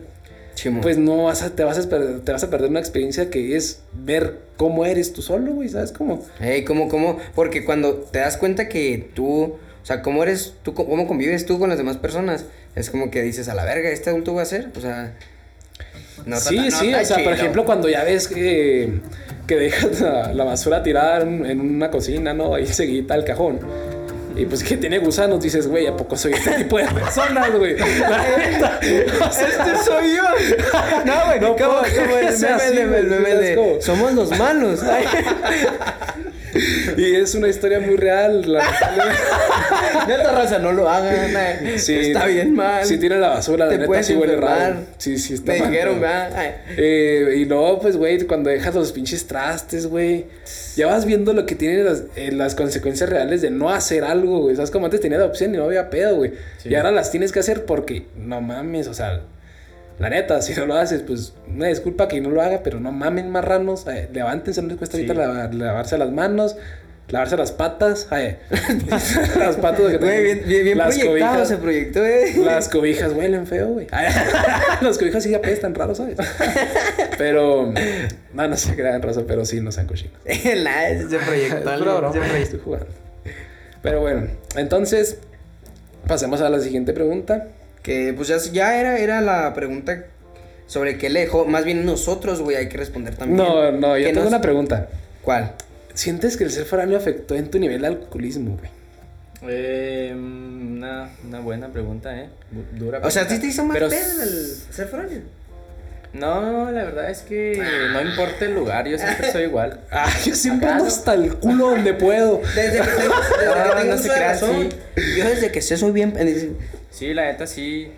[SPEAKER 1] Chimo.
[SPEAKER 2] Pues no vas a, te vas a perder, te vas a perder una experiencia que es ver cómo eres tú solo, güey. ¿Sabes cómo?
[SPEAKER 1] Ey, ¿cómo, cómo? Porque cuando te das cuenta que tú, o sea, cómo eres, tú, co- cómo convives tú con las demás personas, es como que dices, a la verga, ¿este adulto va a ser? O sea, no está
[SPEAKER 2] sí,
[SPEAKER 1] tan- no
[SPEAKER 2] sí,
[SPEAKER 1] está
[SPEAKER 2] o sea, por
[SPEAKER 1] chido.
[SPEAKER 2] ejemplo, cuando ya ves que, que dejas la, la basura tirada en, en una cocina, ¿no? Ahí seguida al cajón. Y pues que tiene gusanos, dices, güey, ¿a poco soy este tipo de personas, güey? La neta. O sea,
[SPEAKER 1] ¡Este soy yo! No, güey,
[SPEAKER 2] No
[SPEAKER 1] no,
[SPEAKER 2] puedo
[SPEAKER 1] ¿cómo? ¿Cómo
[SPEAKER 2] creer
[SPEAKER 1] el
[SPEAKER 2] que
[SPEAKER 1] meme
[SPEAKER 2] sea así,
[SPEAKER 1] de-
[SPEAKER 2] güey,
[SPEAKER 1] el meme
[SPEAKER 2] ¿sabes
[SPEAKER 1] de,
[SPEAKER 2] cómo?
[SPEAKER 1] Somos los malos. Ay,
[SPEAKER 2] y es una historia muy real. La,
[SPEAKER 1] neta raza, no lo hagan. ay,
[SPEAKER 2] sí,
[SPEAKER 1] está bien mal.
[SPEAKER 2] Sí, tira la basura, la
[SPEAKER 1] Te
[SPEAKER 2] neta,
[SPEAKER 1] puedes
[SPEAKER 2] sí huele
[SPEAKER 1] enfermar.
[SPEAKER 2] raro. Sí, sí, está
[SPEAKER 1] Me
[SPEAKER 2] mal,
[SPEAKER 1] dijeron,
[SPEAKER 2] güey.
[SPEAKER 1] ¿verdad? Ay,
[SPEAKER 2] Eh, y luego, pues, güey, cuando dejas los pinches trastes, güey, ya vas viendo lo que tienen las, eh, las consecuencias reales de no hacer algo, güey. ¿Sabes como antes tenías la opción y no había pedo, güey?
[SPEAKER 3] Sí.
[SPEAKER 2] Y ahora las tienes que hacer porque, no mames, o sea, la neta, si no lo haces, pues, una disculpa que no lo haga, pero no mamen marranos. eh, levántense, no les cuesta
[SPEAKER 3] Sí.
[SPEAKER 2] ahorita lava- lavarse las manos. Lavarse las patas, ay, las patas que
[SPEAKER 1] Güey, bien, bien, bien
[SPEAKER 2] las
[SPEAKER 1] proyectado
[SPEAKER 2] cobijas,
[SPEAKER 1] se proyectó, eh.
[SPEAKER 2] las cobijas huelen feo, güey. Ay, Las cobijas sí apestan raro, ¿sabes? Pero, no, no se crean raza, pero sí, no sean cochinos.
[SPEAKER 1] Nah, se proyectó.
[SPEAKER 2] Es
[SPEAKER 1] algo,
[SPEAKER 2] pura broma,
[SPEAKER 1] se proyectó.
[SPEAKER 2] estoy jugando. Pero bueno, entonces, pasemos a la siguiente pregunta.
[SPEAKER 1] Que pues ya, ya era, era la pregunta sobre qué le dejó. Más bien nosotros, güey, hay que responder también.
[SPEAKER 2] No, no, yo
[SPEAKER 1] ¿Qué
[SPEAKER 2] tengo
[SPEAKER 1] nos-
[SPEAKER 2] una pregunta.
[SPEAKER 1] ¿Cuál?
[SPEAKER 2] ¿Sientes que el ser foráneo afectó en tu nivel de alcoholismo, güey?
[SPEAKER 3] Eh, una, una buena pregunta, ¿eh? Du- Dura.
[SPEAKER 1] O sea, ¿a ti
[SPEAKER 3] pregunta.
[SPEAKER 1] te hizo más
[SPEAKER 3] Pero
[SPEAKER 1] pedo
[SPEAKER 3] s-
[SPEAKER 1] el ser foráneo?
[SPEAKER 3] No, la verdad es que no importa el lugar, yo siempre soy igual.
[SPEAKER 2] Ah, yo siempre
[SPEAKER 3] Acá
[SPEAKER 2] ando
[SPEAKER 3] no.
[SPEAKER 2] hasta el culo donde puedo.
[SPEAKER 1] Desde que, tengo- desde
[SPEAKER 3] No,
[SPEAKER 2] Ah,
[SPEAKER 1] que tengo
[SPEAKER 3] no
[SPEAKER 1] uso
[SPEAKER 3] se
[SPEAKER 1] de
[SPEAKER 3] crea,
[SPEAKER 1] razón, Yo desde que sé soy bien...
[SPEAKER 3] Sí, la neta sí.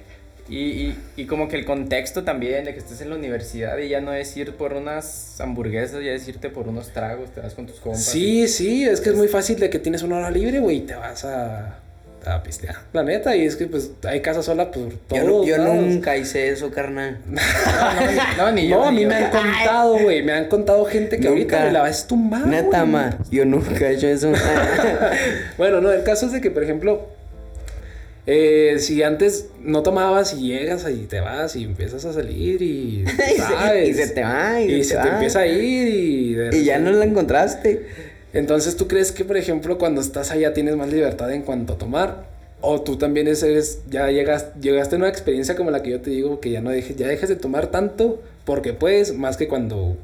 [SPEAKER 3] Y, y, y como que el contexto también de que estés en la universidad y ya no es ir por unas hamburguesas, ya es irte por unos tragos, te vas con tus compas.
[SPEAKER 2] Sí, sí, es que es muy fácil de que tienes una hora libre, güey, y te vas a, a pistear. La neta, y es que pues hay casa sola por
[SPEAKER 1] Yo,
[SPEAKER 2] todos
[SPEAKER 1] no- yo
[SPEAKER 2] lados.
[SPEAKER 1] nunca hice eso, carnal.
[SPEAKER 3] No, no, ni- no, ni yo.
[SPEAKER 2] No, a
[SPEAKER 3] ni
[SPEAKER 2] mí
[SPEAKER 3] yo.
[SPEAKER 2] me han contado, güey, me han contado gente que ahorita
[SPEAKER 1] Nunca.
[SPEAKER 2] me la vas a tumbar,
[SPEAKER 1] Neta,
[SPEAKER 2] güey.
[SPEAKER 1] ma, yo nunca he hecho eso.
[SPEAKER 2] Bueno, no, el caso es de que, por ejemplo, eh, si antes no tomabas y llegas y te vas y empiezas a salir y,
[SPEAKER 1] Y se-
[SPEAKER 2] ¿sabes?
[SPEAKER 1] y se te va, y
[SPEAKER 2] y
[SPEAKER 1] se
[SPEAKER 2] se
[SPEAKER 1] te
[SPEAKER 2] te
[SPEAKER 1] va.
[SPEAKER 2] empieza a ir y de
[SPEAKER 1] y ya no la encontraste.
[SPEAKER 2] Entonces, ¿tú crees que, por ejemplo, cuando estás allá tienes más libertad en cuanto a tomar? O tú también eres, ya llegas, llegaste a una experiencia como la que yo te digo, que ya no dejes, ya dejas de tomar tanto porque puedes, más que cuando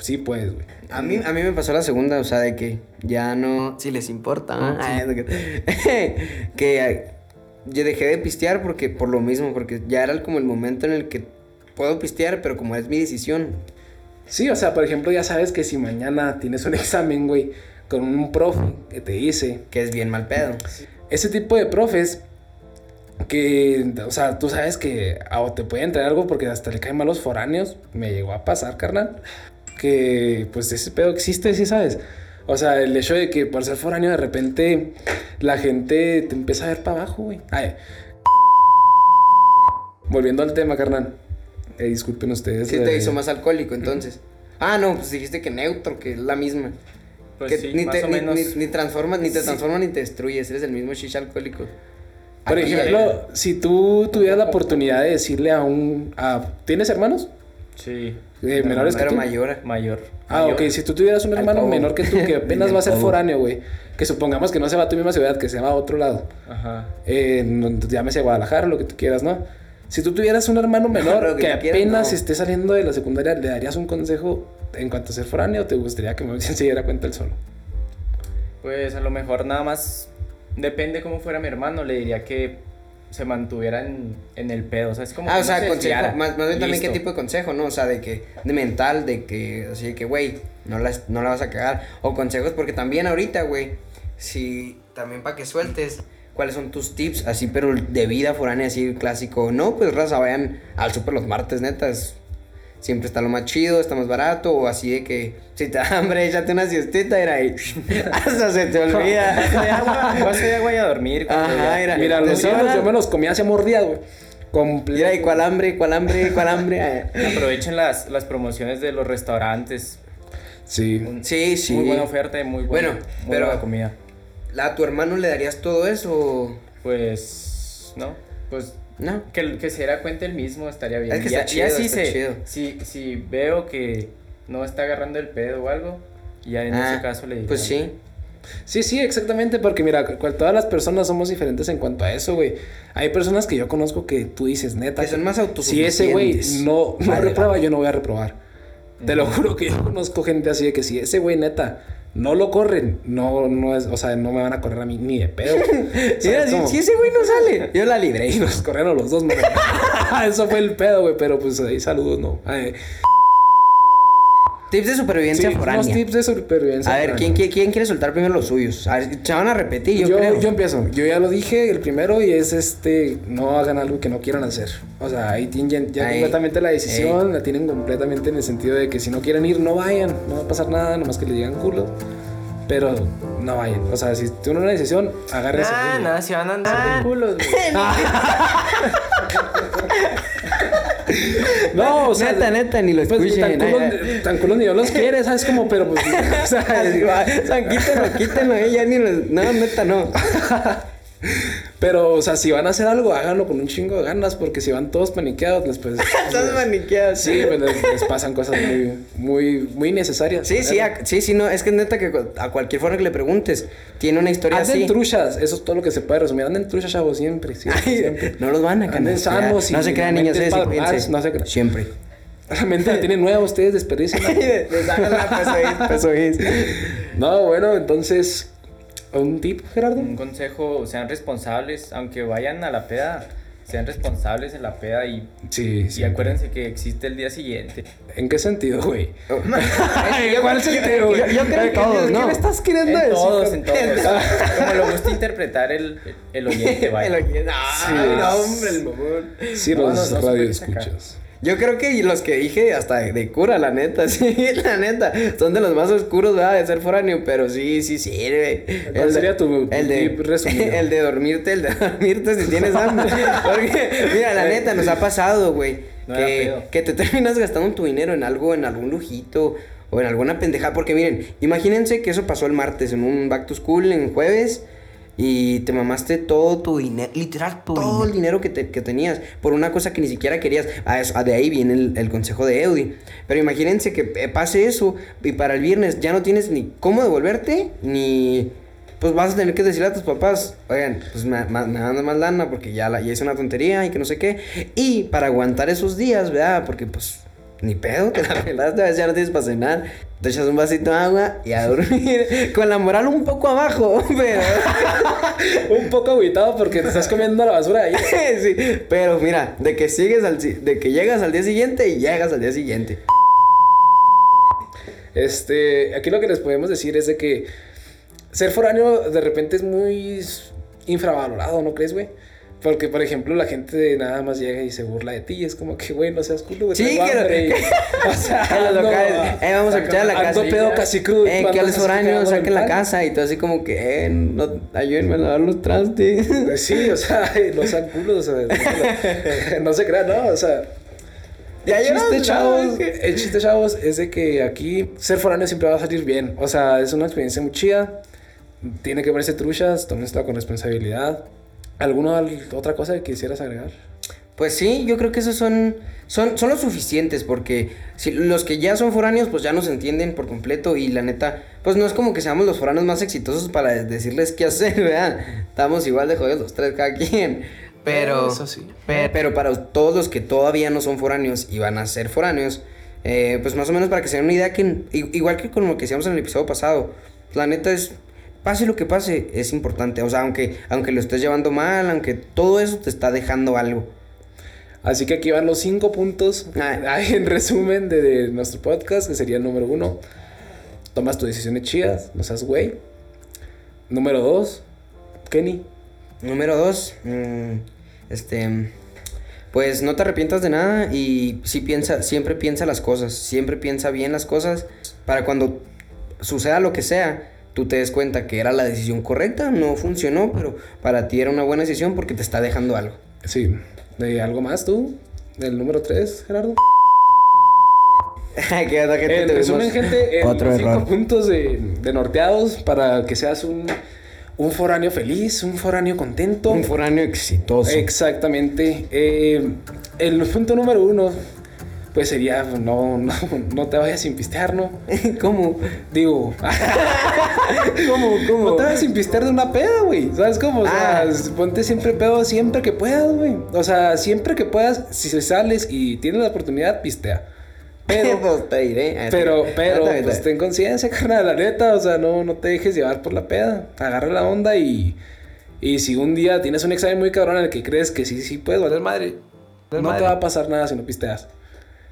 [SPEAKER 2] sí puedes, güey.
[SPEAKER 1] A mí, a mí me pasó la segunda, o sea, de que ya no. Si les importa, ¿no? Ay, de que, que, ay, yo dejé de pistear porque por lo mismo, porque ya era como el momento en el que puedo pistear, pero como es mi decisión.
[SPEAKER 2] Sí, o sea, por ejemplo, ya sabes que si mañana tienes un examen, güey, con un profe que te dice,
[SPEAKER 1] Que es bien mal pedo.
[SPEAKER 2] ese tipo de profes que, o sea, tú sabes que ah, o te pueden traer algo porque hasta le caen mal los foráneos. Me llegó a pasar, carnal. Que pues ese pedo existe, sí sabes. O sea, el hecho de que por ser foráneo de repente la gente te empieza a ver para abajo, güey. Ay. Volviendo al tema, carnal. Eh, disculpen ustedes.
[SPEAKER 1] Sí te
[SPEAKER 2] eh,
[SPEAKER 1] hizo más alcohólico entonces. Ah, no, pues dijiste que neutro, que es la misma.
[SPEAKER 3] Pues
[SPEAKER 1] que
[SPEAKER 3] sí,
[SPEAKER 1] ni,
[SPEAKER 3] más
[SPEAKER 1] te,
[SPEAKER 3] o
[SPEAKER 1] ni-
[SPEAKER 3] menos.
[SPEAKER 1] ni- ni transformas, ni te transformas, ni te destruyes. Eres el mismo chicha alcohólico.
[SPEAKER 2] Por
[SPEAKER 1] Aquí,
[SPEAKER 2] ejemplo, si tú tuvieras la oportunidad de decirle a un... a- ¿Tienes hermanos?
[SPEAKER 3] Sí,
[SPEAKER 2] Eh, menores que
[SPEAKER 1] pero
[SPEAKER 2] tú.
[SPEAKER 1] mayora.
[SPEAKER 3] mayor.
[SPEAKER 2] Ah,
[SPEAKER 3] mayor.
[SPEAKER 2] ok. Si tú tuvieras un
[SPEAKER 1] Al
[SPEAKER 2] hermano
[SPEAKER 1] pavo.
[SPEAKER 2] menor que tú, que apenas
[SPEAKER 1] Al
[SPEAKER 2] va a ser
[SPEAKER 1] pavo.
[SPEAKER 2] foráneo, güey. Que supongamos que no se va a tu misma ciudad, que se va a otro lado.
[SPEAKER 3] Ajá.
[SPEAKER 2] Eh, no- llámese Guadalajara, lo que tú quieras, ¿no? Si tú tuvieras un hermano menor
[SPEAKER 1] lo
[SPEAKER 2] que,
[SPEAKER 1] que tú quieras,
[SPEAKER 2] apenas
[SPEAKER 1] no.
[SPEAKER 2] esté saliendo de la secundaria, ¿le darías un consejo en cuanto a ser foráneo o te gustaría que me se diera cuenta el solo?
[SPEAKER 3] Pues a lo mejor nada más, depende cómo fuera mi hermano, le diría que se mantuviera en, en el pedo, o sea, es como
[SPEAKER 1] Ah,
[SPEAKER 3] que
[SPEAKER 1] o
[SPEAKER 3] no
[SPEAKER 1] sea,
[SPEAKER 3] se
[SPEAKER 1] consejo,
[SPEAKER 3] desviara.
[SPEAKER 1] más, más bien también qué
[SPEAKER 3] Listo.
[SPEAKER 1] tipo de consejo, ¿no? O sea, de que, de mental, de que, así de que, güey, no la, no la vas a cagar. O consejos, porque también ahorita, güey, si, también para que sueltes, ¿cuáles son tus tips? Así, pero de vida foránea, así, clásico. No, pues, raza, vayan al super los martes, netas. Siempre está lo más chido, está más barato, o así de que, si te da hambre, échate una siestita, era ahí. Hasta se te olvida.
[SPEAKER 3] Vaso de agua y a dormir. cuando
[SPEAKER 1] Ajá,
[SPEAKER 3] ya-
[SPEAKER 1] era-
[SPEAKER 2] Mira,
[SPEAKER 1] te
[SPEAKER 2] los
[SPEAKER 1] llevan
[SPEAKER 2] solos
[SPEAKER 1] al-
[SPEAKER 2] yo me los comía hace mordida, güey. completo.
[SPEAKER 1] Mira, y cuál hambre, cuál hambre, cuál hambre.
[SPEAKER 3] Aprovechen las, las promociones de los restaurantes.
[SPEAKER 2] Sí.
[SPEAKER 3] Un-
[SPEAKER 1] Sí, sí.
[SPEAKER 3] Muy buena oferta y muy buena,
[SPEAKER 1] Bueno,
[SPEAKER 3] muy
[SPEAKER 1] pero-
[SPEAKER 3] buena comida.
[SPEAKER 1] ¿A tu hermano le darías todo eso?
[SPEAKER 3] Pues, ¿no? Pues
[SPEAKER 1] No.
[SPEAKER 3] que, que se diera cuenta él mismo estaría bien.
[SPEAKER 1] Es que
[SPEAKER 3] ya,
[SPEAKER 1] está
[SPEAKER 3] ya
[SPEAKER 1] chido,
[SPEAKER 3] si,
[SPEAKER 1] está
[SPEAKER 3] se-
[SPEAKER 1] chido.
[SPEAKER 3] Si, si veo que no está agarrando el pedo o algo, ya en
[SPEAKER 1] Ah,
[SPEAKER 3] ese caso le digo.
[SPEAKER 1] Pues sí.
[SPEAKER 2] Sí, sí, exactamente, porque mira, cu- cual- todas las personas somos diferentes en cuanto a eso, güey. Hay personas que yo conozco que tú dices, neta.
[SPEAKER 1] Que son más
[SPEAKER 2] Si ese güey
[SPEAKER 1] autosuficientes.
[SPEAKER 2] no, no
[SPEAKER 1] Vale,
[SPEAKER 2] reprueba, yo no voy a reprobar. Te lo juro que yo conozco gente así de que si ese güey, neta, no lo corren, no, no es, o sea, no me van a correr a mí ni de pedo. ¿Sabes
[SPEAKER 1] Mira, si,
[SPEAKER 2] cómo?
[SPEAKER 1] si ese güey no sale, yo la libré.
[SPEAKER 2] Y nos corrieron los dos, morro. Eso fue el pedo, güey, pero pues ahí saludos, ¿no? Ay,
[SPEAKER 1] Tips de
[SPEAKER 2] sí,
[SPEAKER 1] supervivencia foránea.
[SPEAKER 2] unos tips de supervivencia.
[SPEAKER 1] A ver,
[SPEAKER 2] foránea.
[SPEAKER 1] ¿quién, quién, quién quiere soltar primero los suyos? A ver, se van a repetir, yo,
[SPEAKER 2] yo,
[SPEAKER 1] creo.
[SPEAKER 2] yo empiezo. Yo ya lo dije, el primero y es este, no hagan algo que no quieran hacer. O sea, ahí tienen ya
[SPEAKER 1] Ahí.
[SPEAKER 2] completamente la decisión, la tienen completamente en el sentido de que si no quieren ir, no vayan, no va a pasar nada, nomás que le digan culo. Pero no vayan. O sea, si tienen una decisión, agarren ese niño.
[SPEAKER 3] si van a
[SPEAKER 1] Ah.
[SPEAKER 3] andar culos,
[SPEAKER 2] No, o sea,
[SPEAKER 1] neta, neta, ni lo
[SPEAKER 2] pues,
[SPEAKER 1] escuchen. eh,
[SPEAKER 2] tan, culo, tan culo ni yo los quiere, ¿sabes? Como, pero pues, o sea,
[SPEAKER 1] Así va. O sea, quítenlo, quítenlo, eh, ya ni los- No, neta, no.
[SPEAKER 2] pero, o sea, si van a hacer algo, háganlo con un chingo de ganas, porque si van todos paniqueados, les pues,
[SPEAKER 1] Estás maniqueado.
[SPEAKER 2] Sí, pues les, les pasan cosas muy, muy, muy necesarias.
[SPEAKER 1] Sí, sí, a- sí, sí, no, es que neta que cu- a cualquier forma que le preguntes, tiene una historia
[SPEAKER 2] Anden
[SPEAKER 1] así.
[SPEAKER 2] truchas, eso es todo lo que se puede resumir. Anden truchas, chavos, siempre, siempre, siempre.
[SPEAKER 1] No los van a
[SPEAKER 2] Anden
[SPEAKER 1] cambiar.
[SPEAKER 2] sanos y
[SPEAKER 1] No se crean niños,
[SPEAKER 2] meten
[SPEAKER 1] eh, sí,
[SPEAKER 2] pa'l
[SPEAKER 1] cuídense.
[SPEAKER 2] bar, no se crean.
[SPEAKER 1] Siempre.
[SPEAKER 2] La mente la tienen nueva, ustedes desperdician. No, bueno, entonces, ¿un tip, Gerardo?
[SPEAKER 3] Un consejo, sean responsables, aunque vayan a la peda, sean responsables en la peda y,
[SPEAKER 2] Sí,
[SPEAKER 3] y acuérdense que existe el día siguiente.
[SPEAKER 2] ¿En qué sentido, güey?
[SPEAKER 1] yo-
[SPEAKER 2] ¿Cuál sentido, güey?
[SPEAKER 1] yo- yo creo
[SPEAKER 2] ¿Qué-
[SPEAKER 1] que todos,
[SPEAKER 2] ¿Qué
[SPEAKER 1] ¿no?
[SPEAKER 2] me estás queriendo
[SPEAKER 3] En
[SPEAKER 2] decir?
[SPEAKER 3] todos,
[SPEAKER 2] con-
[SPEAKER 3] en todos. Como lo gusta interpretar el, el oyente, vaya. Ah,
[SPEAKER 2] Sí. Sí,
[SPEAKER 3] No,
[SPEAKER 2] los
[SPEAKER 3] no, no se puede
[SPEAKER 2] radioescuchas.
[SPEAKER 1] Yo creo que los que dije hasta de, de cura, la neta, sí, la neta. Son de los más oscuros, ¿verdad? De ser foráneo, pero sí, sí sirve.
[SPEAKER 2] ¿Cuál
[SPEAKER 1] de-
[SPEAKER 2] sería tu- tu
[SPEAKER 1] el de,
[SPEAKER 2] tip resumido?
[SPEAKER 1] El de dormirte, el de dormirte si tienes hambre. Porque, mira, la neta, nos ha pasado, güey.
[SPEAKER 3] No era
[SPEAKER 1] que,
[SPEAKER 3] pedo.
[SPEAKER 1] que te terminas gastando tu dinero en algo, en algún lujito o en alguna pendejada. Porque miren, imagínense que eso pasó el martes en un back to school, en jueves. Y te mamaste todo tu dinero, literal, todo el dinero que, te- que tenías por una cosa que ni siquiera querías. A eso- a de ahí viene el, el consejo de Eudy. Pero imagínense que eh, pase eso y para el viernes ya no tienes ni cómo devolverte, ni... Pues vas a tener que decirle a tus papás, oigan, pues me, ma- me dan más lana porque ya, la, ya hice una tontería y que no sé qué. Y para aguantar esos días, ¿verdad? Porque pues ni pedo, te la pelaste, a veces ya no tienes para cenar. Te echas un vasito de agua y a dormir. Con la moral un poco abajo, pero...
[SPEAKER 2] Un poco agüitado porque te estás comiendo la basura ahí.
[SPEAKER 1] Sí, pero mira, de que sigues al si- de que llegas al día siguiente y llegas al día siguiente.
[SPEAKER 2] Ah, Este, aquí lo que les podemos decir es de que ser foráneo de repente es muy s- infravalorado, ¿no crees, güey? Porque, por ejemplo, la gente nada más llega y se burla de ti. y Es como que, güey, no seas culo, güey.
[SPEAKER 1] Sí,
[SPEAKER 2] tengo
[SPEAKER 1] que lo-
[SPEAKER 2] hambre", y- o
[SPEAKER 1] En los
[SPEAKER 2] no, ah,
[SPEAKER 1] locales, eh, vamos a escuchar la
[SPEAKER 2] ando
[SPEAKER 1] casa.
[SPEAKER 2] pedo casi crudo.
[SPEAKER 1] Eh, que
[SPEAKER 2] Andas
[SPEAKER 1] al
[SPEAKER 2] así
[SPEAKER 1] horario
[SPEAKER 2] quedando
[SPEAKER 1] saquen
[SPEAKER 2] en
[SPEAKER 1] la
[SPEAKER 2] pan.
[SPEAKER 1] casa y todo así como que, eh, no, ayúdenme a lavar los trastes.
[SPEAKER 2] Pues sí, o sea, no sean culos, o sea, no, no se crean, ¿no? O sea,
[SPEAKER 1] Ya
[SPEAKER 2] el chiste,
[SPEAKER 1] lloraron,
[SPEAKER 2] chavos,
[SPEAKER 1] no, es que-
[SPEAKER 2] el chiste, chavos, es de que aquí ser foráneo siempre va a salir bien. O sea, es una experiencia muy chida. Tiene que verse truchas, tómensela con responsabilidad. ¿Alguna otra cosa que quisieras agregar?
[SPEAKER 1] Pues sí, yo creo que esos son, son, son los suficientes, porque si los que ya son foráneos, pues ya nos entienden por completo. Y la neta, pues no es como que seamos los foráneos más exitosos para de- decirles qué hacer, ¿verdad? Estamos igual de jodidos los tres cada quien. Pero,
[SPEAKER 2] Eso sí.
[SPEAKER 1] pe- pero para todos los que todavía no son foráneos y van a ser foráneos, eh, pues más o menos para que se den una idea que, en- i- igual que con lo que hacíamos en el episodio pasado, la neta es, pase lo que pase, es importante. O sea, aunque, aunque lo estés llevando mal, aunque todo eso te está dejando algo.
[SPEAKER 2] Así que aquí van los cinco puntos
[SPEAKER 1] Ay.
[SPEAKER 2] ay, en resumen de, de nuestro podcast, que sería el número uno. Tomas tus decisiones chidas, no seas güey. Número dos, Kenny.
[SPEAKER 1] Número dos, mm, este, pues no te arrepientas de nada y sí piensa, siempre piensa las cosas, siempre piensa bien las cosas para cuando suceda lo que sea, tú te des cuenta que era la decisión correcta, no funcionó, pero para ti era una buena decisión porque te está dejando algo.
[SPEAKER 2] Sí. ¿De algo más tú? ¿Del número 3, Gerardo?
[SPEAKER 1] Qué onda, gente,
[SPEAKER 2] En
[SPEAKER 1] tuvimos-
[SPEAKER 2] resumen, gente, en
[SPEAKER 1] Otro
[SPEAKER 2] cinco
[SPEAKER 1] error.
[SPEAKER 2] puntos de, de norteados para que seas un, un foráneo feliz, un foráneo contento.
[SPEAKER 1] Un foráneo exitoso.
[SPEAKER 2] Exactamente. Eh, el punto número uno, pues sería, no, no, no te vayas sin pistear, ¿no?
[SPEAKER 1] ¿Cómo?
[SPEAKER 2] Digo, ah,
[SPEAKER 1] ¿Cómo?
[SPEAKER 2] no
[SPEAKER 1] ¿Cómo?
[SPEAKER 2] te vayas sin pistear de una peda, güey. ¿Sabes cómo? O sea,
[SPEAKER 1] Ah.
[SPEAKER 2] s- ponte siempre pedo siempre que puedas, güey. O sea, siempre que puedas, si se sales y tienes la oportunidad, pistea. Pero...
[SPEAKER 1] Pues, te diré. Ah,
[SPEAKER 2] Pero,
[SPEAKER 1] sí.
[SPEAKER 2] pero,
[SPEAKER 1] Ah, está bien,
[SPEAKER 2] pues
[SPEAKER 1] está bien.
[SPEAKER 2] ten conciencia, carnal, la neta, o sea, no, no te dejes llevar por la peda, agarra la onda y, y si un día tienes un examen muy cabrón en el que crees que sí, sí puedes valer madre, no
[SPEAKER 1] madre.
[SPEAKER 2] te va a pasar nada si no pisteas.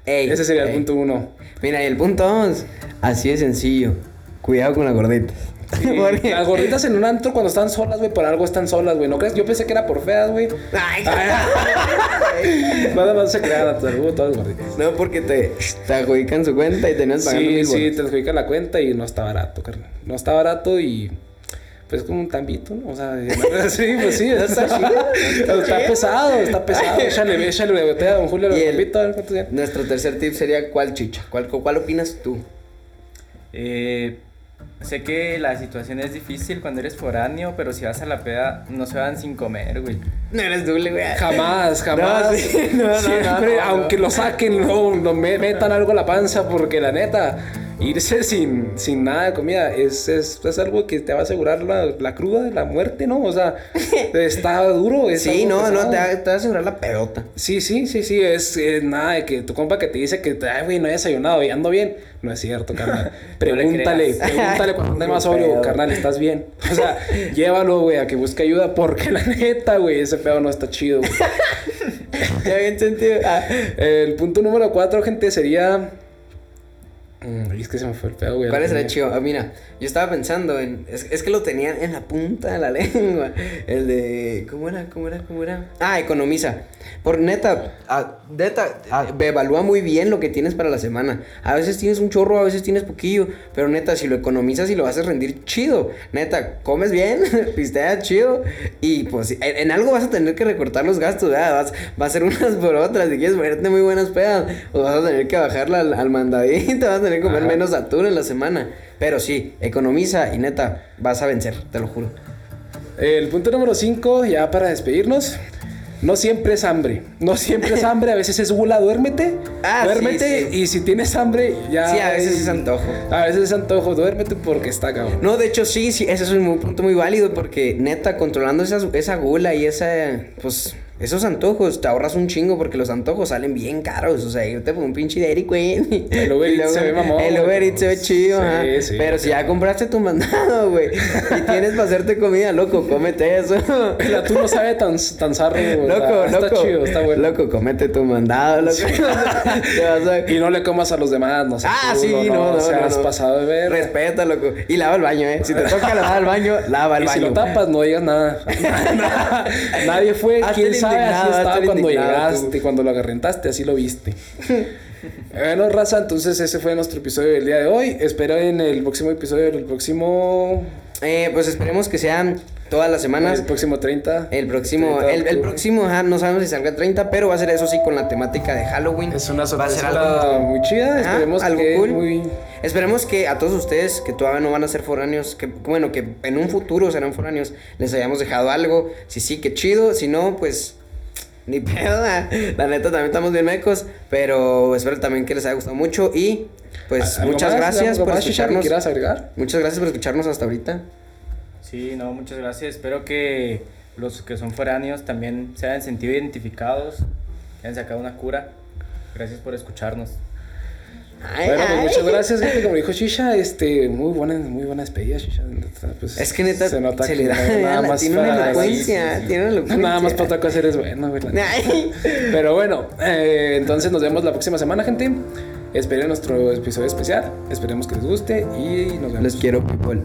[SPEAKER 1] Ey,
[SPEAKER 2] Ese sería el
[SPEAKER 1] ey.
[SPEAKER 2] punto uno.
[SPEAKER 1] Mira, y el punto dos, así de sencillo. Cuidado con las gorditas. Porque-
[SPEAKER 2] Las gorditas en un antro cuando están solas, güey, por algo están solas, güey, ¿no crees? Yo pensé que era por feas, güey.
[SPEAKER 1] Ay,
[SPEAKER 2] Nada más se crean, saludo a todas las gorditas.
[SPEAKER 1] no, porque te, te adjudican su cuenta y tenías pagando
[SPEAKER 2] Sí,
[SPEAKER 1] mil
[SPEAKER 2] sí,
[SPEAKER 1] bolas.
[SPEAKER 2] te adjudican la cuenta y no está barato, carnal. No está barato y. Pues como un tambito, ¿no? O sea, de- sí, pues sí, está, está pesado, está pesado. Échale, échale, botea a don Julio
[SPEAKER 1] Y
[SPEAKER 2] el
[SPEAKER 1] el-
[SPEAKER 2] tambito, a ver cuánto tiene.
[SPEAKER 1] Nuestro tercer tip sería cuál chicha, cuál, cuál opinas tú.
[SPEAKER 3] Eh, sé que la situación es difícil cuando eres foráneo, pero si vas a la peda, no se van sin comer, güey.
[SPEAKER 1] No eres doble, güey.
[SPEAKER 2] Jamás, jamás.
[SPEAKER 1] No, sí, no, no, no,
[SPEAKER 2] Siempre,
[SPEAKER 1] no, no.
[SPEAKER 2] aunque lo saquen, no, no me metan algo a la panza, porque la neta, irse sin, sin nada de comida es, es, es algo que te va a asegurar la, la cruda, la muerte, ¿no? O sea, está duro. es
[SPEAKER 1] Sí,
[SPEAKER 2] algo
[SPEAKER 1] no, no,
[SPEAKER 2] pesado.
[SPEAKER 1] te va, te va a asegurar la pedota.
[SPEAKER 2] Sí, sí, sí, sí, es, es nada de que tu compa que te dice que, ay, güey, no he desayunado y ando bien. No es cierto, carnal. Pregúntale,
[SPEAKER 3] creas.
[SPEAKER 2] pregúntale cuando ande más sobrio,
[SPEAKER 1] Pedo.
[SPEAKER 2] carnal, ¿estás bien? O sea, llévalo, güey, a que busque ayuda porque la neta, güey, ese pedo no está chido. güey.
[SPEAKER 1] Ya bien sentido.
[SPEAKER 2] Ah, El punto número cuatro, gente, sería... Mm, Es que se me fue el pedo, güey.
[SPEAKER 1] ¿Cuál
[SPEAKER 2] lo
[SPEAKER 1] será
[SPEAKER 2] tenía.
[SPEAKER 1] chido? Ah, mira, yo estaba pensando en. Es, es que lo tenía en la punta de la lengua. El de. ¿Cómo era? ¿Cómo era? ¿Cómo era? Ah, economiza. Por neta, ah, neta, ah, evalúa muy bien lo que tienes para la semana. A veces tienes un chorro, a veces tienes poquillo. Pero neta, si lo economizas y lo haces rendir chido. Neta, comes bien, pisteas chido. Y pues en, en algo vas a tener que recortar los gastos. ¿verdad? Vas, va a ser unas por otras. Si quieres ponerte muy buenas pedas, pues vas a tener que bajarla al, al mandadito. Vas a tener que comer
[SPEAKER 2] Ajá.
[SPEAKER 1] menos atún en la semana. Pero sí, economiza y neta, vas a vencer, te lo juro.
[SPEAKER 2] El punto número 5, ya para despedirnos. No siempre es hambre. No siempre es hambre. A veces es gula, duérmete.
[SPEAKER 1] Ah, sí,
[SPEAKER 2] duérmete.
[SPEAKER 1] sí.
[SPEAKER 2] Y si tienes hambre, ya.
[SPEAKER 1] Sí, a veces es antojo.
[SPEAKER 2] A veces es antojo. Duérmete porque está cabrón.
[SPEAKER 1] No, de hecho sí, sí, ese es un muy- punto muy válido porque neta, controlando esas- esa gula y esa, pues, esos antojos, te ahorras un chingo porque los antojos salen bien caros. O sea, irte por un pinche Dairy Queen.
[SPEAKER 2] El Uber
[SPEAKER 1] y
[SPEAKER 2] Eats se ve mamón,
[SPEAKER 1] El
[SPEAKER 2] güey,
[SPEAKER 1] Uber
[SPEAKER 2] pero-
[SPEAKER 1] Eats se ve chido,
[SPEAKER 2] Sí,
[SPEAKER 1] ajá.
[SPEAKER 2] sí,
[SPEAKER 1] Pero si ya compraste tu mandado, güey, y tienes para hacerte comida, loco, cómete eso.
[SPEAKER 2] La tú no sabe tan, tan zarro. güey.
[SPEAKER 1] Loco,
[SPEAKER 2] Está-
[SPEAKER 1] loco.
[SPEAKER 2] Está chido, está bueno.
[SPEAKER 1] Loco, comete tu mandado, loco. Te vas a-
[SPEAKER 2] Y no le comas a los demás, no sé.
[SPEAKER 1] Ah,
[SPEAKER 2] tú,
[SPEAKER 1] sí, no, no, no,
[SPEAKER 2] o sea,
[SPEAKER 1] no,
[SPEAKER 2] has
[SPEAKER 1] no.
[SPEAKER 2] pasado de ver.
[SPEAKER 1] Respeta, loco. Y lava el baño, ¿eh? Si te toca lavar el baño, lava el
[SPEAKER 2] Y si
[SPEAKER 1] baño.
[SPEAKER 2] lo tapas, no digas nada. Nadie fue.
[SPEAKER 1] Hazte
[SPEAKER 2] ¿Quién
[SPEAKER 1] el
[SPEAKER 2] sabe? Así
[SPEAKER 1] indignado, hazte
[SPEAKER 2] estaba
[SPEAKER 1] el
[SPEAKER 2] cuando
[SPEAKER 1] indignado,
[SPEAKER 2] llegaste, cuando lo agarrentaste, así lo viste. bueno, raza, entonces ese fue nuestro episodio del día de hoy. Espero en el próximo episodio, el próximo.
[SPEAKER 1] Eh, pues esperemos que sean todas las semanas. Eh,
[SPEAKER 2] El próximo 30.
[SPEAKER 1] El próximo,
[SPEAKER 2] 30 de
[SPEAKER 1] el, el
[SPEAKER 2] octubre.
[SPEAKER 1] próximo, ajá, no sabemos si salga el 30, pero va a ser eso sí con la temática de Halloween.
[SPEAKER 2] Es
[SPEAKER 1] Va
[SPEAKER 2] una
[SPEAKER 1] a ser
[SPEAKER 2] sorpresa
[SPEAKER 1] algo-
[SPEAKER 2] muy chida.
[SPEAKER 1] ajá,
[SPEAKER 2] Esperemos
[SPEAKER 1] algo
[SPEAKER 2] que
[SPEAKER 1] cool.
[SPEAKER 2] muy.
[SPEAKER 1] Esperemos que a todos ustedes que todavía no van a ser foráneos, que bueno, que en un futuro serán foráneos, les hayamos dejado algo. Si sí, que chido. Si no, pues ni pedo. ah. La neta, también estamos bien mecos, pero espero también que les haya gustado mucho y pues
[SPEAKER 2] Ah, ¿Algo
[SPEAKER 1] muchas
[SPEAKER 2] más?
[SPEAKER 1] gracias
[SPEAKER 2] ¿Algo
[SPEAKER 1] por
[SPEAKER 2] más, Shisha, que
[SPEAKER 1] escucharnos.
[SPEAKER 2] quieras agregar?
[SPEAKER 1] Muchas gracias por escucharnos hasta ahorita.
[SPEAKER 3] Sí, no, muchas gracias. Espero que los que son foráneos también se hayan sentido identificados, que hayan sacado una cura. Gracias por escucharnos.
[SPEAKER 1] Ay,
[SPEAKER 2] Bueno, pues
[SPEAKER 1] ay.
[SPEAKER 2] muchas gracias, gente. Como dijo Shisha, este, muy buena, muy buena despedida, Shisha. Pues,
[SPEAKER 1] Es que neta se, le
[SPEAKER 2] que
[SPEAKER 1] da,
[SPEAKER 2] no hay
[SPEAKER 1] nada más tiene una
[SPEAKER 2] para-
[SPEAKER 1] elocuencia, tiene una elocuencia.
[SPEAKER 2] Nada más para otra cosa eres bueno, güey, la neta.
[SPEAKER 1] Ay.
[SPEAKER 2] Pero bueno, eh, entonces nos vemos la próxima semana, gente. Esperen nuestro episodio especial. Esperemos que les guste y nos vemos.
[SPEAKER 1] Los quiero, people.